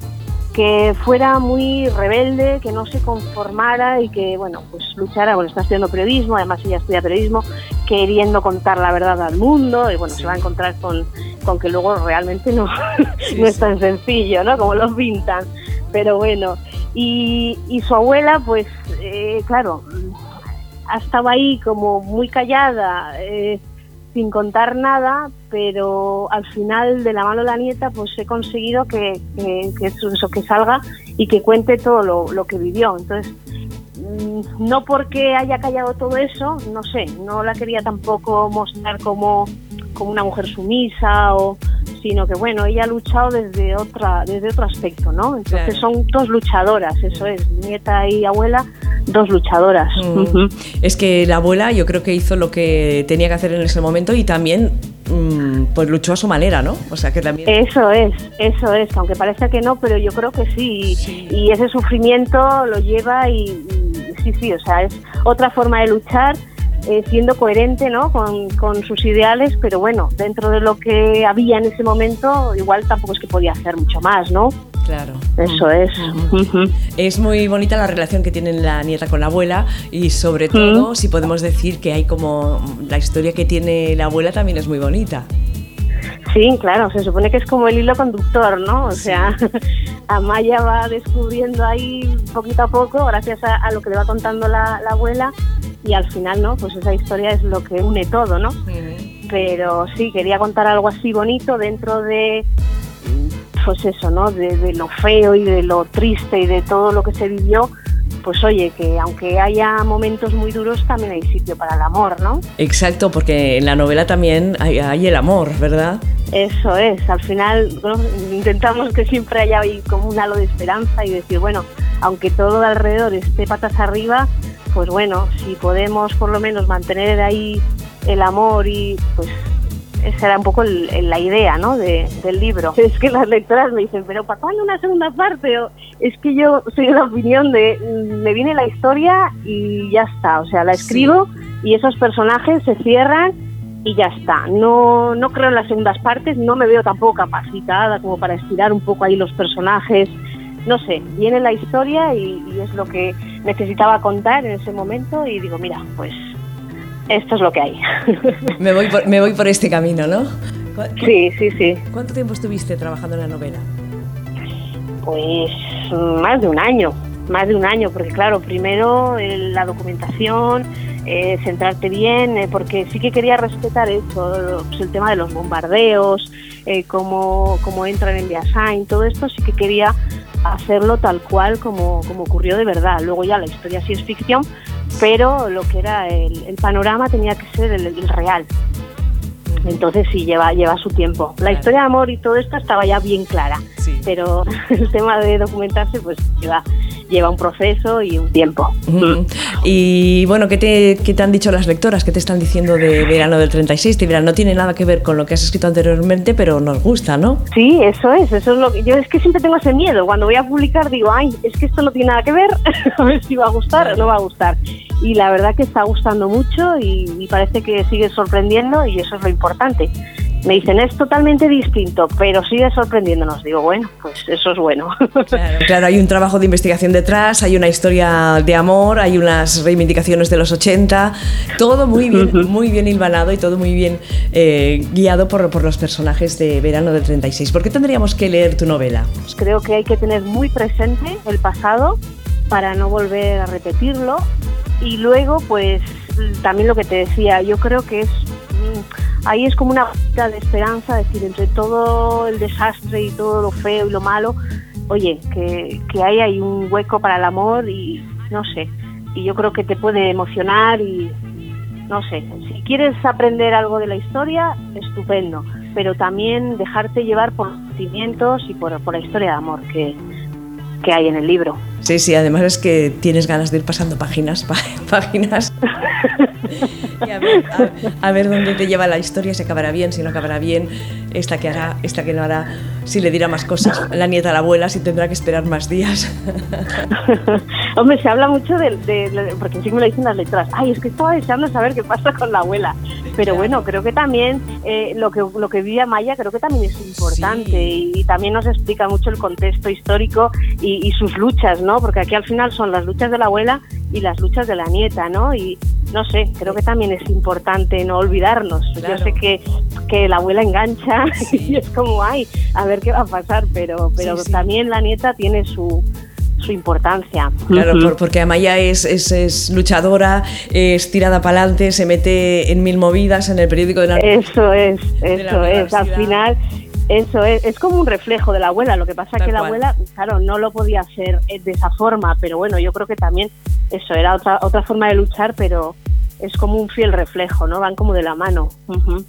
S6: que fuera muy rebelde, que no se conformara y que, bueno, pues luchara, bueno, está estudiando periodismo, además ella estudia periodismo, queriendo contar la verdad al mundo y bueno, se va a encontrar con, con que luego realmente no, <laughs> sí, no es tan sencillo, ¿no? Como los pintan, pero bueno. Y, y su abuela, pues, eh, claro, ha estado Ah, ahí como muy callada, eh, sin contar nada, pero al final de la mano de la nieta, pues he conseguido que, que, que eso, que salga y que cuente todo lo, lo que vivió. Entonces, mm, no porque haya callado todo eso, no sé, no la quería tampoco mostrar como, como una mujer sumisa o sino que bueno, ella ha luchado desde otra desde otro aspecto, ¿no? Entonces claro. son dos luchadoras, eso es, nieta y abuela, dos luchadoras. Mm. Uh
S1: -huh. Es que la abuela yo creo que hizo lo que tenía que hacer en ese momento y también mm, pues luchó a su manera, ¿no? O sea que también
S6: Eso es, eso es, aunque parezca que no, pero yo creo que sí, sí. y ese sufrimiento lo lleva y, y sí, sí, o sea, es otra forma de luchar eh, siendo coherente ¿no? con, con sus ideales, pero bueno, dentro de lo que había en ese momento, igual tampoco es que podía hacer mucho más, ¿no?
S1: Claro.
S6: Eso es. Ujú.
S1: Es muy bonita la relación que tienen la nieta con la abuela y sobre todo si podemos decir que hay como la historia que tiene la abuela también es muy bonita.
S6: Sí, claro, se supone que es como el hilo conductor, ¿no? O sea, <laughs> Amaya va descubriendo ahí poquito a poco, gracias a, a lo que le va contando la, la abuela, y al final, ¿no? Pues esa historia es lo que une todo, ¿no? Pero sí, quería contar algo así bonito dentro de, mm, pues eso, ¿no? De, de lo feo y de lo triste y de todo lo que se vivió, pues oye, que aunque haya momentos muy duros, también hay sitio para el amor, ¿no?
S1: Exacto, porque en la novela también hay, hay el amor, ¿verdad?
S6: Eso es, al final ¿no? intentamos que siempre haya ahí como un halo de esperanza y decir, bueno, aunque todo de alrededor esté patas arriba, pues bueno, si podemos por lo menos mantener ahí el amor y pues esa era un poco el- el- la idea ¿no? de- del libro. <laughs> Es que las lectoras me dicen, pero ¿para cuándo una segunda parte? O, es que yo soy de la opinión de, mm, me viene la historia y ya está, o sea, la escribo y esos personajes se cierran y ya está. No, no creo en las segundas partes, no me veo tampoco capacitada como para estirar un poco ahí los personajes. No sé, viene la historia y, y es lo que necesitaba contar en ese momento y digo, mira, pues esto es lo que hay. <laughs>
S1: Me voy por, me voy por este camino, ¿no? ¿Cu- cu-
S6: sí, sí, sí.
S1: ¿Cuánto tiempo estuviste trabajando en la novela?
S6: Pues más de un año, más de un año, porque claro, primero eh, la documentación, eh, centrarte bien, eh, porque sí que quería respetar eso, pues, el tema de los bombardeos, eh, cómo, cómo entran en Biasain, todo esto sí que quería hacerlo tal cual como, como ocurrió de verdad. Luego ya la historia sí es ficción, pero lo que era el, el panorama tenía que ser el- el real. Entonces sí, lleva, lleva su tiempo. La historia de amor y todo esto estaba ya bien clara
S1: Sí.
S6: pero <laughs> el tema de documentarse pues lleva, lleva un proceso y un tiempo.
S1: Ujú. Y bueno, ¿qué te, qué te han dicho las lectoras? ¿Qué te están diciendo de Este verano del 36? Te dirán, no tiene nada que ver con lo que has escrito anteriormente, pero nos gusta, ¿no?
S6: Sí, eso es, eso es lo que yo es que siempre tengo ese miedo, cuando voy a publicar digo, ay, es que esto no tiene nada que ver, <laughs> a ver si va a gustar o no va a gustar. Y la verdad que está gustando mucho y, y parece que sigue sorprendiendo y eso es lo importante. Me dicen, es totalmente distinto, pero sigue sorprendiéndonos. Digo, bueno, pues eso es bueno. <laughs>
S1: Claro. hay un trabajo de investigación detrás, hay una historia de amor, hay unas reivindicaciones de los 80, todo muy bien, muy bien hilvanado y todo muy bien eh, guiado por, por los personajes de verano del 36. ¿Por qué tendríamos que leer tu novela?
S6: Pues Creo que hay que tener muy presente el pasado para no volver a repetirlo. Y luego, pues l- también lo que te decía, yo creo que es mm, ahí es como una gotita de esperanza, es decir, entre todo el desastre y todo lo feo y lo malo, oye, que, que ahí hay un hueco para el amor y no sé. Y yo creo que te puede emocionar y no sé, si quieres aprender algo de la historia, estupendo, pero también dejarte llevar por los sentimientos y por, por la historia de amor que, que hay en el libro.
S1: Sí, sí, además es que tienes ganas de ir pasando páginas, <laughs> pá- páginas. Y a, ver, a- a ver dónde te lleva la historia, si acabará bien, si no acabará bien, esta que hará, esta que no hará, si le dirá más cosas la nieta a la abuela, si tendrá que esperar más días. <laughs>
S6: Hombre, se habla mucho de, de- de- porque sí me lo dicen las letras, ay, es que estaba deseando saber qué pasa con la abuela. Pero bueno, creo que también eh, lo que lo que vive Amaya creo que también es importante
S1: Sí.
S6: y, también nos explica mucho el contexto histórico y, y sus luchas, ¿no? Porque aquí al final son las luchas de la abuela y las luchas de la nieta, ¿no? Y no sé, creo que también es importante no olvidarnos.
S1: Claro.
S6: Yo sé que, que la abuela engancha <laughs> y es como, ay, a ver qué va a pasar, pero, pero
S1: Sí, sí.
S6: también la nieta tiene su, su importancia.
S1: Claro, por- porque Amaya es, es- es luchadora, es tirada para adelante, se mete en mil movidas en el periódico de la...
S6: Eso es,
S1: la
S6: eso es. Al
S1: universidad.
S6: final, eso es. Es como un reflejo de la abuela. Lo que pasa
S1: Tal
S6: que la
S1: cual.
S6: abuela, claro, no lo podía hacer eh, de esa forma, pero bueno, yo creo que también eso era otra, otra forma de luchar, pero es como un fiel reflejo, ¿no? Van como de la mano. Ujú.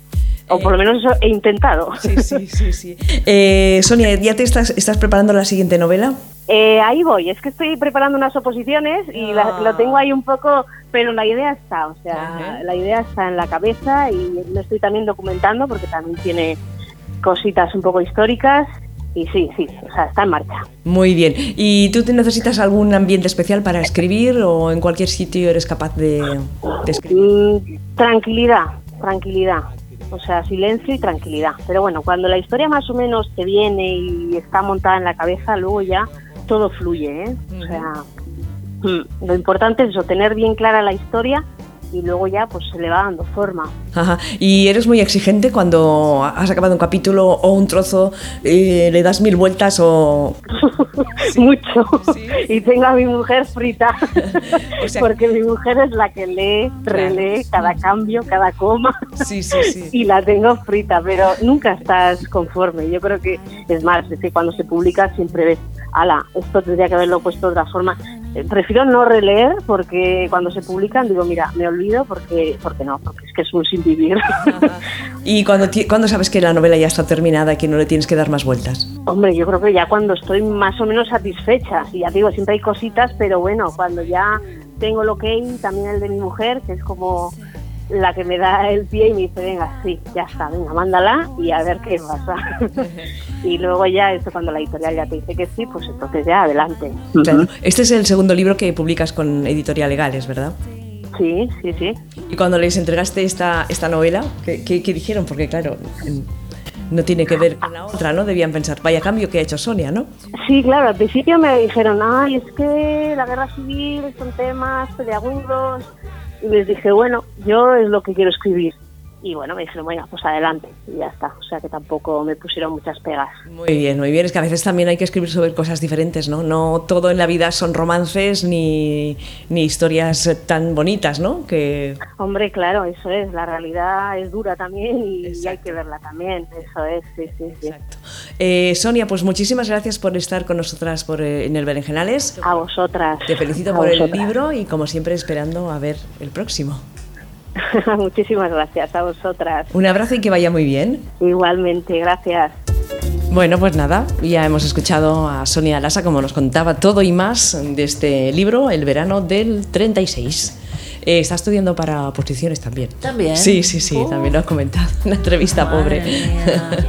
S6: O por lo menos eso he intentado.
S1: Eh, Sí, sí, sí, sí. Eh, Sonia, ¿ya te estás, estás preparando la siguiente novela?
S6: Eh, ahí voy, es que estoy preparando unas oposiciones y la-
S1: Ah.
S6: lo tengo ahí un poco, pero la idea está, o sea,
S1: Ajá.
S6: la idea está en la cabeza y me estoy también documentando porque también tiene cositas un poco históricas y sí, sí, o sea, está en marcha.
S1: Muy bien. ¿Y tú te necesitas algún ambiente especial para escribir o en cualquier sitio eres capaz de...? te escribe?
S6: Mm, tranquilidad, tranquilidad. O sea, silencio y tranquilidad. Pero bueno, cuando la historia más o menos te viene y está montada en la cabeza, luego ya todo fluye, ¿eh? O sea, mm, lo importante es eso, tener bien clara la historia y luego ya pues se le va dando forma.
S1: Ajá. ¿Y eres muy exigente cuando has acabado un capítulo o un trozo, eh, le das mil vueltas o...
S6: <laughs> mucho y tengo a mi mujer frita
S1: <laughs> O sea-
S6: porque mi mujer es la que lee, relee cada cambio, cada coma
S1: Sí, sí, sí.
S6: y la tengo frita, pero nunca estás conforme. Yo creo que es más, es que cuando se publica siempre ves, ala, esto tendría que haberlo puesto de otra forma. Eh, Prefiero no releer porque cuando se publican digo, mira, me olvido porque porque no, porque es que es un sin vivir.
S1: ¿Y cuando, ti- cuando sabes que la novela ya está terminada y que no le tienes que dar más vueltas?
S6: Hombre, yo creo que ya cuando estoy más o menos satisfecha, y ya digo, siempre hay cositas, pero bueno, cuando ya tengo lo que hay, también el de mi mujer, que es como la que me da el pie y me dice, venga, sí, ya está, venga, mándala y a ver qué pasa. <laughs> y luego ya, esto cuando la editorial ya te dice que sí, pues entonces ya adelante.
S1: Claro. Este es el segundo libro que publicas con Editorial Legales, ¿verdad?
S6: Sí, sí, sí.
S1: Y cuando les entregaste esta, esta novela, ¿qué, qué- qué dijeron? Porque claro, no tiene que ver con la otra, ¿no? Debían pensar, vaya cambio que ha hecho Sonia, ¿no?
S6: Sí, claro, al principio me dijeron, ay, es que la guerra civil son temas peleagudos. Y les dije, bueno, yo es lo que quiero escribir. Y bueno, me dijeron, venga, pues adelante. Y ya está. O sea que tampoco me pusieron muchas pegas.
S1: Muy bien, muy bien. Es que a veces también hay que escribir sobre cosas diferentes, ¿no? No todo en la vida son romances ni, ni historias tan bonitas, ¿no? Que
S6: Hombre, claro, eso es. La realidad es dura también y
S1: Exacto.
S6: hay que verla también. Eso es, sí, sí, sí.
S1: Exacto. Eh, Sonia, pues muchísimas gracias por estar con nosotras por, eh, en el Berenjenales.
S6: A vosotras.
S1: Te felicito
S6: A
S1: por el
S6: vosotras.
S1: libro y como siempre esperando a ver el próximo.
S6: <laughs> Muchísimas gracias a vosotras.
S1: Un abrazo y que vaya muy bien.
S6: Igualmente, gracias.
S1: Bueno, pues nada, ya hemos escuchado a Sonia Lasa como nos contaba todo y más de este libro, El verano del 36. Eh, está estudiando para posiciones también.
S2: También.
S1: Sí, sí, sí,
S2: Uf.
S1: también lo has comentado en la entrevista,
S2: Madre
S1: pobre.
S2: mía.
S1: <laughs>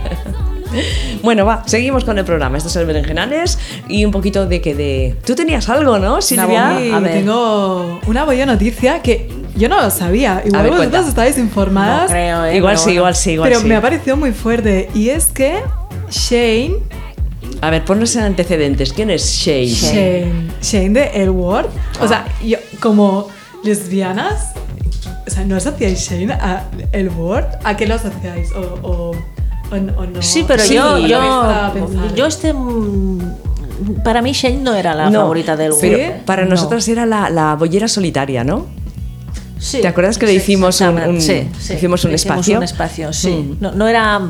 S1: Bueno, va, seguimos con el programa. Esto es el Berenjenales y un poquito de que de... Tú tenías algo, ¿no, Silvia?
S3: Sí,
S1: A ver.
S3: tengo una buena noticia que yo no lo sabía. Igual
S1: ver,
S3: vosotras
S1: cuenta.
S3: estáis informadas.
S2: No creo, ¿eh?
S1: Igual
S2: Pero
S1: sí,
S2: bueno.
S1: igual sí, igual
S3: pero
S1: sí.
S3: me ha parecido muy fuerte. Y es que Shane,
S1: A ver, ponnos en antecedentes. ¿Quién es Shay?
S3: Shane, Shane de Elworth, o sea,
S2: Ah.
S3: yo como lesbianas, o sea, ¿no asociáis Shane a Elworth? ¿A qué lo asociáis? ¿O, o, o no- o no?
S2: Sí, pero
S1: Sí,
S2: yo,
S1: lo
S3: estaba pensando.
S2: yo, yo este, mm, para mí Shane no era la
S1: No,
S2: favorita del
S1: pero
S2: grupo.
S1: Para
S2: No.
S1: nosotras era la, la bollera solitaria, ¿no?
S2: Sí.
S1: ¿Te acuerdas que le hicimos un-
S2: exactamente.
S1: un-
S2: Sí, sí.
S1: hicimos un
S2: Le
S1: espacio?
S2: un espacio, sí.
S1: Mm.
S2: No, no era,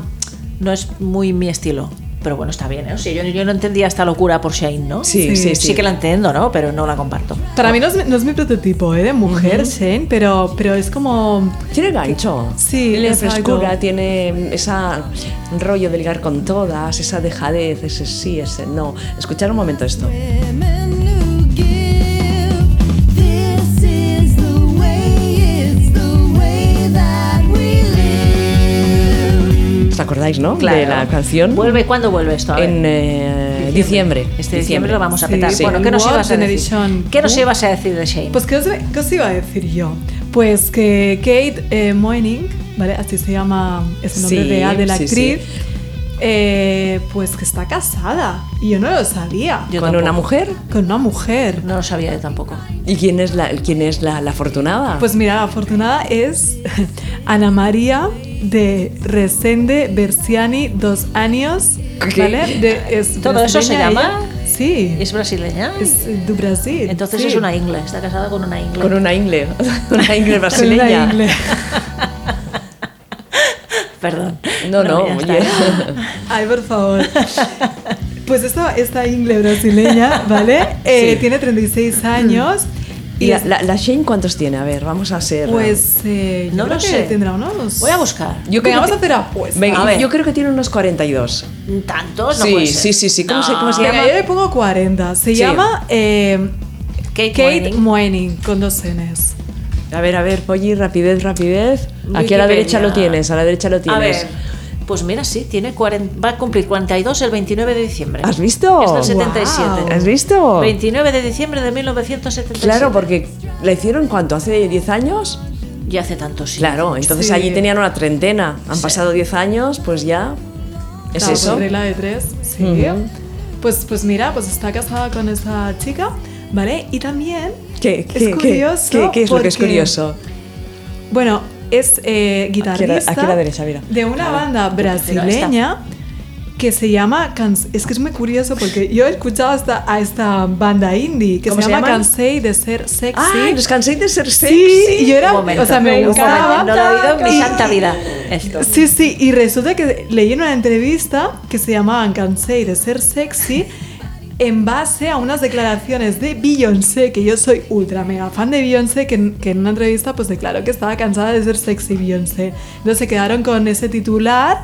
S2: no es muy mi estilo, pero bueno, está bien. ¿eh? O sea, yo, yo no entendía esta locura por Shane, ¿no?
S1: Sí, sí, sí.
S3: Sí.
S2: Sí que la entiendo, ¿no? Pero no la comparto.
S3: Para mí no es, mi- no es mi prototipo ¿eh? de mujer, Shane, pero, pero es como...
S1: Tiene gancho.
S3: Sí,
S1: tiene
S3: exacto.
S1: frescura, tiene ese rollo de ligar con todas, esa dejadez, ese sí, ese no. Escuchar un momento esto.
S5: Women who give, this is the way, it's the way that we live.
S1: ¿Os acordáis, no? De la canción.
S2: ¿Vuelve? ¿Cuándo vuelve esto? A ver.
S1: En eh, diciembre.
S2: Este diciembre lo vamos a
S3: Sí,
S2: petar.
S3: sí.
S2: Bueno, ¿qué nos
S3: World
S2: ibas a
S3: Generation.
S2: decir? ¿Qué nos ibas a decir de Shane?
S3: Pues, ¿qué os, qué os iba a decir yo? Pues que Kate eh, Moening, ¿vale? Así se llama, es el nombre
S1: Sí,
S3: real de la
S1: sí, sí.
S3: actriz, eh, pues que está casada. Y yo no lo sabía.
S2: Yo
S1: Con
S2: tampoco.
S1: una mujer.
S3: Con una mujer.
S2: No lo sabía yo tampoco.
S1: ¿Y quién es la, quién es la, la afortunada?
S3: Pues mira, la afortunada es <laughs> Ana María de Resende Berciani, dos años.
S1: ¿Qué?
S3: ¿Vale? De- es
S2: ¿Todo eso se
S3: brasileña
S2: llama?
S3: ella. Sí.
S2: ¿Es
S3: Es,
S2: brasileña?
S3: eh, de Brasil.
S2: Entonces
S3: sí.
S2: es una ingle, está casada con una ingle.
S1: con una ingle. <laughs> Una ingle
S3: Con una
S1: brasileña.
S3: ingle.
S2: <laughs> Perdón.
S1: No, no,
S2: ya
S1: oye.
S2: está.
S3: Ay, por favor. Pues esta, esta ingle brasileña, ¿vale? Eh,
S1: Sí.
S3: Tiene 36
S2: Mm.
S3: años.
S1: <laughs> ¿Y
S3: Y
S1: la,
S3: es-
S1: la- la Shane cuántos tiene? A ver, vamos a hacer.
S3: pues eh, yo
S2: No
S3: creo
S2: lo
S3: que
S2: sé.
S3: tendrá unos.
S2: Voy a buscar.
S1: Yo
S3: Yo
S1: creo
S3: vamos
S1: que
S3: a hacer apuestas.
S1: Venga,
S2: A ver.
S1: yo creo que tiene unos 42.
S2: ¿Tantos? No
S1: sí,
S2: puede ser.
S1: sí, sí, sí. ¿Cómo, se,
S2: Ah.
S1: cómo se
S3: Venga, yo
S1: llama?
S3: le pongo 40. Se
S1: Sí.
S3: llama eh,
S2: Kate,
S3: Kate
S2: Moening.
S3: Moening, con dos N's.
S1: A ver, a ver, Polly, rapidez, rapidez. Aquí a la
S2: Wikipedia.
S1: derecha lo tienes, a la derecha lo
S2: A
S1: tienes.
S2: ver. Pues mira, sí, tiene 40 va a cumplir 42 el 29 de diciembre.
S1: ¿Has visto?
S2: Es del
S3: Guau.
S2: 77.
S1: ¿Has visto?
S2: 29 de diciembre de 1977.
S1: Claro, porque la hicieron cuánto, hace 10 años.
S2: ya hace tantos siglos.
S1: Claro, entonces
S3: Sí.
S1: allí tenían una treintena. Han
S2: Sí.
S1: pasado 10 años, pues ya. ¿Es
S3: Claro,
S1: eso?
S3: por regla de tres, sí.
S1: Ujú.
S3: pues, pues mira, pues está casada con esta chica, ¿vale? Y también,
S1: ¿Qué,
S3: Es
S1: qué, qué-
S3: curioso
S1: qué- qué es lo que es
S3: porque-
S1: curioso?
S3: bueno, es eh,
S1: Aquí a la-
S3: guitarrista
S1: aquí a la derecha, mira.
S3: de una banda
S2: esta.
S3: brasileña que se llama... Cans- es que es muy curioso porque yo he escuchado hasta a esta banda indie que se,
S1: ¿Cómo se
S3: llama
S1: llaman?
S3: Cansei de ser sexy.
S1: ¡Ay, Ah, los canséis de ser sexy!
S3: Sí, yo era,
S2: Un momento,
S3: o sea, me
S2: un
S3: gustaba.
S2: momento, No lo he oído en mi
S3: Y-
S2: santa
S3: <laughs>
S2: vida. Esto.
S3: Sí, sí, y resulta que leí en una entrevista que se llamaban Cansei de ser sexy en base a unas declaraciones de Beyoncé, que yo soy ultra mega fan de Beyoncé, que, en- que en una entrevista pues declaró que estaba cansada de ser sexy Beyoncé. Entonces se quedaron con ese titular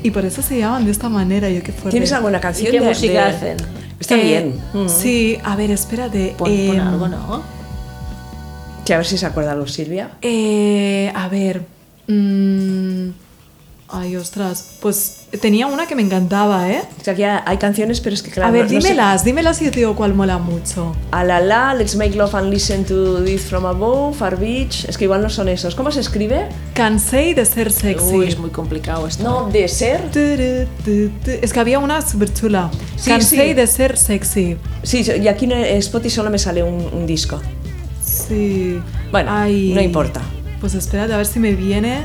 S3: y por eso se llaman de esta manera, yo qué fuerte.
S1: ¿Tienes alguna canción?
S2: qué
S1: de-
S2: música
S1: de-
S2: hacen?
S1: Está
S3: Eh,
S1: bien. Mm.
S3: Sí, a ver, espérate.
S2: Pon, pon
S3: em,
S2: algo, ¿no?
S1: Que a ver si se acuerda algo, Silvia.
S3: Eh, a ver. mm, ay, ostras. Pues tenía una que me encantaba, ¿eh?
S1: O sea, que ya hay canciones, pero es que claro.
S3: a ver,
S1: no- no sé.
S3: dímelas, dímelas y yo te digo cuál mola mucho.
S1: A la la, let's make love and listen to this from above, Far Beach. Es que igual no son esos. ¿Cómo se escribe?
S3: Cansei de ser sexy.
S2: Uy, es muy complicado esto.
S1: No, de ser.
S3: Turu, tu, tu. Es que había una súper chula.
S1: Sí,
S3: Cansei
S1: sí.
S3: de ser sexy.
S1: Sí, y aquí en Spotify solo me sale un, un disco.
S3: Sí.
S1: Bueno, no importa.
S3: Pues espérate a ver si me viene.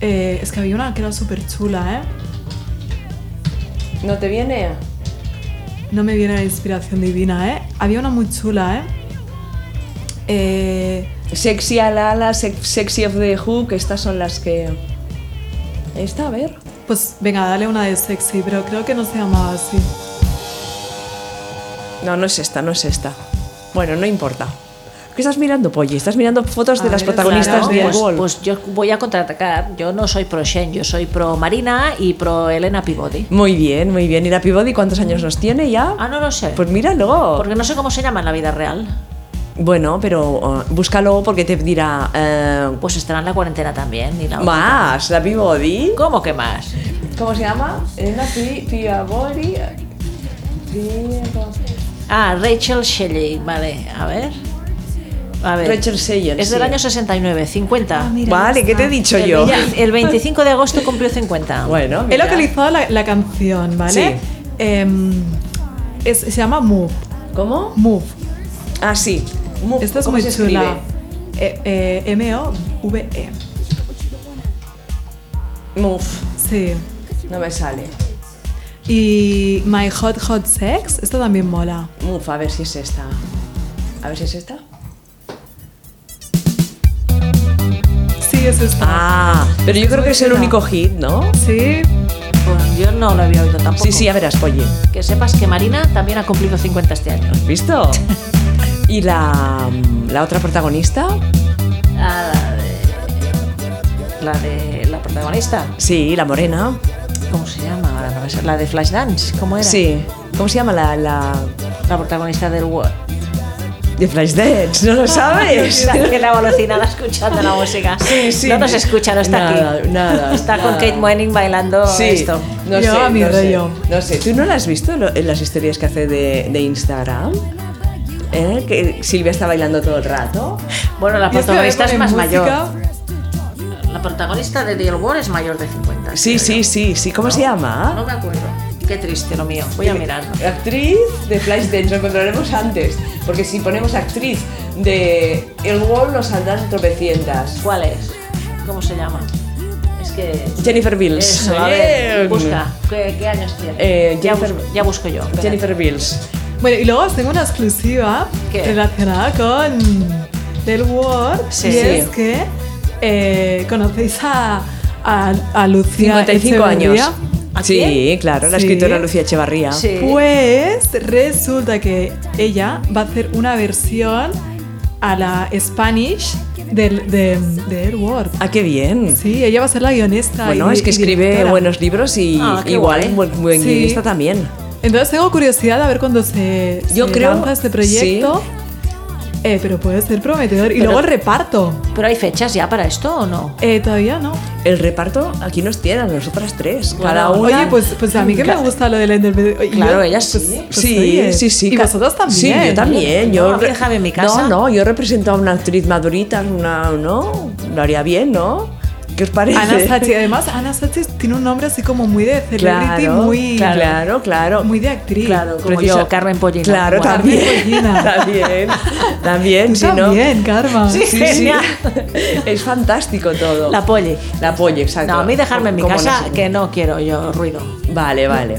S3: Eh, es que había una que era súper chula, ¿eh?
S1: ¿No te viene?
S3: No me viene la inspiración divina, ¿eh? Había una muy chula, ¿eh? Eh.
S1: Sexy a la la, sex- sexy of the hook. Estas son las que. Esta, a ver.
S3: Pues venga, dale una de sexy, pero creo que no se llamaba así.
S1: No, no es esta, no es esta. Bueno, no importa. ¿Qué estás mirando, Polly? Estás mirando fotos
S3: A
S1: de las
S3: ver,
S1: protagonistas
S3: claro,
S1: de
S2: pues,
S1: Wall.
S2: pues yo voy a contraatacar. Yo no soy pro Shen, yo soy pro Marina y pro Elena Pivoti.
S1: Muy bien, muy bien. ¿Y la Pivodi cuántos años nos tiene ya?
S2: Ah, no lo sé.
S1: Pues míralo.
S2: Porque no sé cómo se llama en la vida real.
S1: Bueno, pero uh, búscalo porque te dirá eh,
S2: Pues estará en la cuarentena también. Y la otra.
S1: más, la Pivodi.
S2: ¿Cómo que más?
S1: ¿Cómo se llama? Elena Pivodi.
S2: Ah, Rachel Shelley. Vale, a ver. A ver.
S1: Rachel Shelley,
S2: Es del
S1: sí.
S2: año 69, 50.
S1: Vale, ¿qué te he dicho
S2: el,
S1: yo?
S2: veinti- el 25 de agosto cumplió 50.
S1: Bueno,
S3: He
S1: mira.
S3: localizado la, la canción, ¿vale?
S1: Sí.
S3: Em, es- se llama Move.
S1: ¿Cómo?
S3: Move.
S1: Ah, sí. Mu-
S3: Esta es
S1: ¿cómo
S3: muy
S1: se
S3: chula.
S1: escribe?
S3: Eh, eh, M-O-V-E.
S1: Muf,
S3: Sí.
S1: no me sale.
S3: Y My Hot Hot Sex, esta también mola.
S1: Muf, a ver si es esta. A ver si es esta.
S3: Sí, es esta.
S1: Ah, pero yo creo que es el único hit, ¿no?
S3: Sí.
S2: Pues yo no lo había oído tampoco.
S1: Sí, sí, ya verás, Polly.
S2: Que sepas que Marina también ha cumplido 50 este año.
S1: ¿Has <laughs> visto? ¿Y la, mm, la otra protagonista?
S2: Ah, la de. La de la protagonista.
S1: Sí, la morena.
S2: ¿Cómo se llama? Ahora no me sé. La de Flashdance. ¿Cómo era?
S1: Sí. ¿Cómo se llama la, la
S2: La protagonista del World.
S1: de Flashdance? ¿No
S3: <laughs>
S1: lo sabes?
S2: Ah, que la alucinada escuchando la música.
S1: Sí, sí.
S2: No nos escucha, no está
S1: Nada,
S2: aquí.
S1: nada,
S2: Está con
S1: nada.
S2: Kate Moening bailando
S1: Sí,
S2: esto.
S1: no
S3: Yo
S1: sé,
S3: a mi
S1: no sé,
S3: rollo.
S1: no sé. ¿Tú no la has visto lo- en las historias que hace de, de Instagram? ¿Eh? Que Silvia está bailando todo el rato.
S2: Bueno, la
S3: Y esta le
S2: protagonista es
S3: ponen
S2: más mayor.
S3: música.
S2: La protagonista de The World es mayor de 50.
S1: Sí, sí, sí, sí. ¿Cómo se
S2: No
S1: llama?
S2: me acuerdo. Qué triste lo mío. Voy a mirarlo.
S1: Actriz de Flashdance, lo encontraremos antes. Porque si ponemos actriz de El Wall nos saldrán tropecientas.
S2: ¿Cuál es? ¿Cómo se llama? Es que.
S1: Jennifer Bills.
S2: Eso, a ver,
S1: Bien.
S2: busca. ¿Qué, qué años tiene?
S1: Eh,
S2: ya,
S1: Jennifer-
S2: busco, ya busco yo. espérate.
S1: Jennifer Bills.
S3: Bueno, y luego os tengo una exclusiva
S2: ¿Qué?
S3: relacionada con Del Word.
S2: Sí.
S3: y
S1: Sí.
S3: es que eh, conocéis a, a, a Lucía
S1: 55 años.
S3: Echeverría.
S2: ¿A
S1: Sí,
S2: quién?
S1: claro, la
S3: Sí.
S1: escritora Lucía Echevarría.
S2: Sí.
S3: Pues resulta que ella va a hacer una versión a la Spanish del, de, de Del Word.
S1: Ah, qué bien.
S3: Sí, ella va a ser la guionista.
S1: Bueno,
S3: y-
S1: es que
S3: y
S1: escribe
S3: directora.
S1: buenos libros y
S2: Ah, qué
S1: igual
S2: guay.
S1: un buen, buen
S3: Sí.
S1: guionista también.
S3: Entonces tengo curiosidad a ver cuándo se,
S1: Yo
S3: se
S1: creo-
S3: lanza este proyecto. Eh, pero puede ser prometedor. Y
S2: Pero-
S3: luego el reparto.
S2: ¿Pero hay fechas ya para esto o no?
S3: Eh, todavía no.
S1: El reparto aquí nos tiene a nosotras tres. Cada
S2: Bueno,
S1: una.
S3: Oye, pues, pues a mí que me gusta lo de la independencia. pues,
S2: Claro, ellas sí.
S1: Sí,
S3: oye,
S1: sí, sí.
S3: Y
S1: ca-
S3: vosotros también.
S1: Sí, yo también. Yo
S2: No,
S1: re-
S2: déjame en mi casa.
S1: No, no, yo represento a una actriz madurita, una, ¿no? Lo haría bien, ¿no? ¿Qué os parece?
S3: Ana Sachi, además Ana Sachi tiene un nombre así como muy de
S1: <laughs>
S3: celebrity,
S1: Claro,
S3: muy,
S1: claro, claro.
S3: muy de actriz.
S2: Claro, como
S1: Precisa-
S2: yo, Carmen Pollina.
S1: Claro,
S2: Bueno.
S1: también.
S3: Carmen
S1: <laughs>
S3: Pollina.
S1: también. También,
S3: Tú
S1: si no.
S3: también, Karma.
S2: Sí.
S1: Sí, sí.
S2: Genial.
S1: Es fantástico todo.
S2: La polle.
S1: La polla, exacto.
S2: No, a mí dejarme en mi
S1: Como
S2: casa,
S1: nos-
S2: que Mm. no quiero yo ruido.
S1: Vale, vale.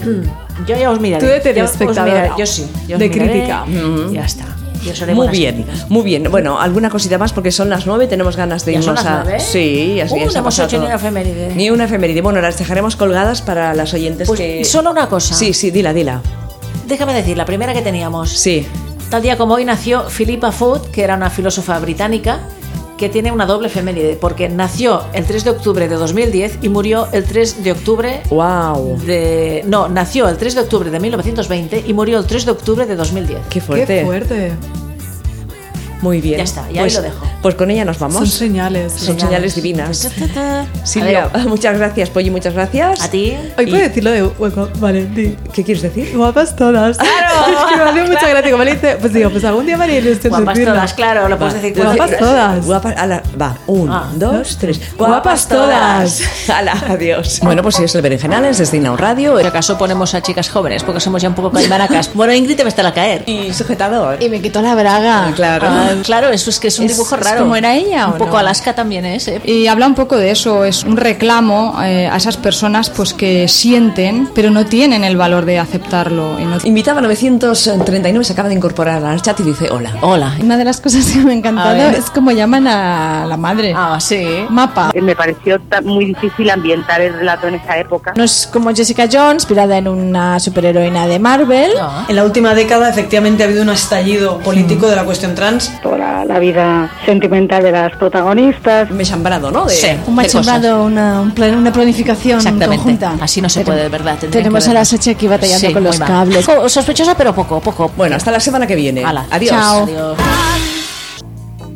S2: Yo ya os miraré.
S3: Tú de
S2: Yo os
S3: telespectadora.
S2: miraré, Yo sí. Yo os
S3: De
S2: miraré
S3: crítica.
S2: y Ya está. Yo seré
S1: Muy
S2: buena
S1: bien,
S2: crítica.
S1: muy bien. Bueno, alguna cosita más porque son las nueve, tenemos ganas de
S2: ¿Ya
S1: irnos
S2: son las
S1: a.
S2: nueve?
S1: Sí, así
S2: Uh,
S1: ya
S2: no
S1: se ha
S2: hemos
S1: pasado
S2: hecho ni
S1: todo.
S2: una efeméride.
S1: Ni una efeméride. Bueno, las dejaremos colgadas para las oyentes
S2: Pues
S1: que.
S2: solo una cosa.
S1: Sí, sí, dila, dila.
S2: Déjame decir, la primera que teníamos.
S1: Sí.
S2: Tal día como hoy nació Philippa Foot, que era una filósofa británica que tiene una doble efeméride, porque nació el 3 de octubre de 2010 y murió el 3 de octubre
S1: ¡Wow!
S2: de... No, nació el 3 de octubre de 1920 y murió el 3 de octubre de 2010.
S1: Qué fuerte.
S3: Qué fuerte.
S1: Muy bien.
S2: Ya está, ya ahí
S1: pues,
S2: lo dejo.
S1: Pues con ella nos vamos.
S3: Son señales.
S1: Son señales divinas.
S2: Ta, ta, ta.
S1: Silvia, <laughs>
S2: Adeu.
S1: muchas gracias, Polly, muchas gracias.
S2: a ti.
S3: Hoy puedo
S1: Y-
S3: decirlo de hueco. Vale, di.
S1: ¿Qué quieres decir?
S3: Guapas todas. Claro. <laughs> Es que me hace mucha gracia. Como le dice, pues digo, pues algún día me haría ilusión
S2: Guapas
S3: decirlo.
S2: todas, claro, lo puedes decir.
S1: Pues,
S3: Guapas
S1: eh,
S3: todas.
S1: Guapas, ala, va, un,
S2: Ah.
S1: dos, tres.
S3: Guapas todas.
S1: <laughs> Ala, adiós. Bueno, pues es el Berenjenales desde Inau Radio.
S2: Por acaso ponemos a chicas jóvenes, porque somos ya un poco <laughs> calmaracas. Bueno, Ingrid te va a estar a caer.
S1: Y sujetador.
S7: Y me quitó la braga.
S1: Claro.
S2: Ah, claro, eso es que es un
S7: Es-
S2: dibujo
S7: es
S2: raro.
S7: como era ella, ¿o
S2: Un poco
S7: no?
S2: Alaska también es, ¿eh?
S7: Y habla un poco de eso, es un reclamo eh, a esas personas pues que sienten, pero no tienen el valor de aceptarlo. y no-
S1: Invitaba 939, se acaba de incorporar al chat y dice hola.
S2: Hola.
S7: Una de las cosas que me ha encantado
S2: A ver.
S7: es como llaman a la madre.
S2: Ah, sí.
S7: Mapa.
S8: Eh, Me pareció ta- muy difícil ambientar el relato en esa época.
S9: No es como Jessica Jones, inspirada en una superheroína de
S2: <laughs>
S9: Marvel.
S2: No.
S10: En la última década, efectivamente, ha habido un estallido
S1: Mm.
S10: político de la cuestión trans.
S8: Toda la vida sentimental de las protagonistas.
S1: Me he chambrado, ¿no? De-
S2: Sí.
S9: Un
S2: de cosas.
S9: machembrado, una, un plan- una planificación
S2: Exactamente.
S9: conjunta.
S2: Así no se puede, de verdad. tendrían
S9: Tenemos
S2: que
S9: a la
S2: verlas.
S9: Sachi aquí batallando
S2: Sí,
S9: con los
S2: muy mal.
S9: cables.
S2: Poco- Sospechosa, pero poco, poco.
S1: Bueno, hasta la semana que viene.
S2: Hala.
S1: Adiós.
S9: Chao.
S2: Adiós.
S5: Adiós.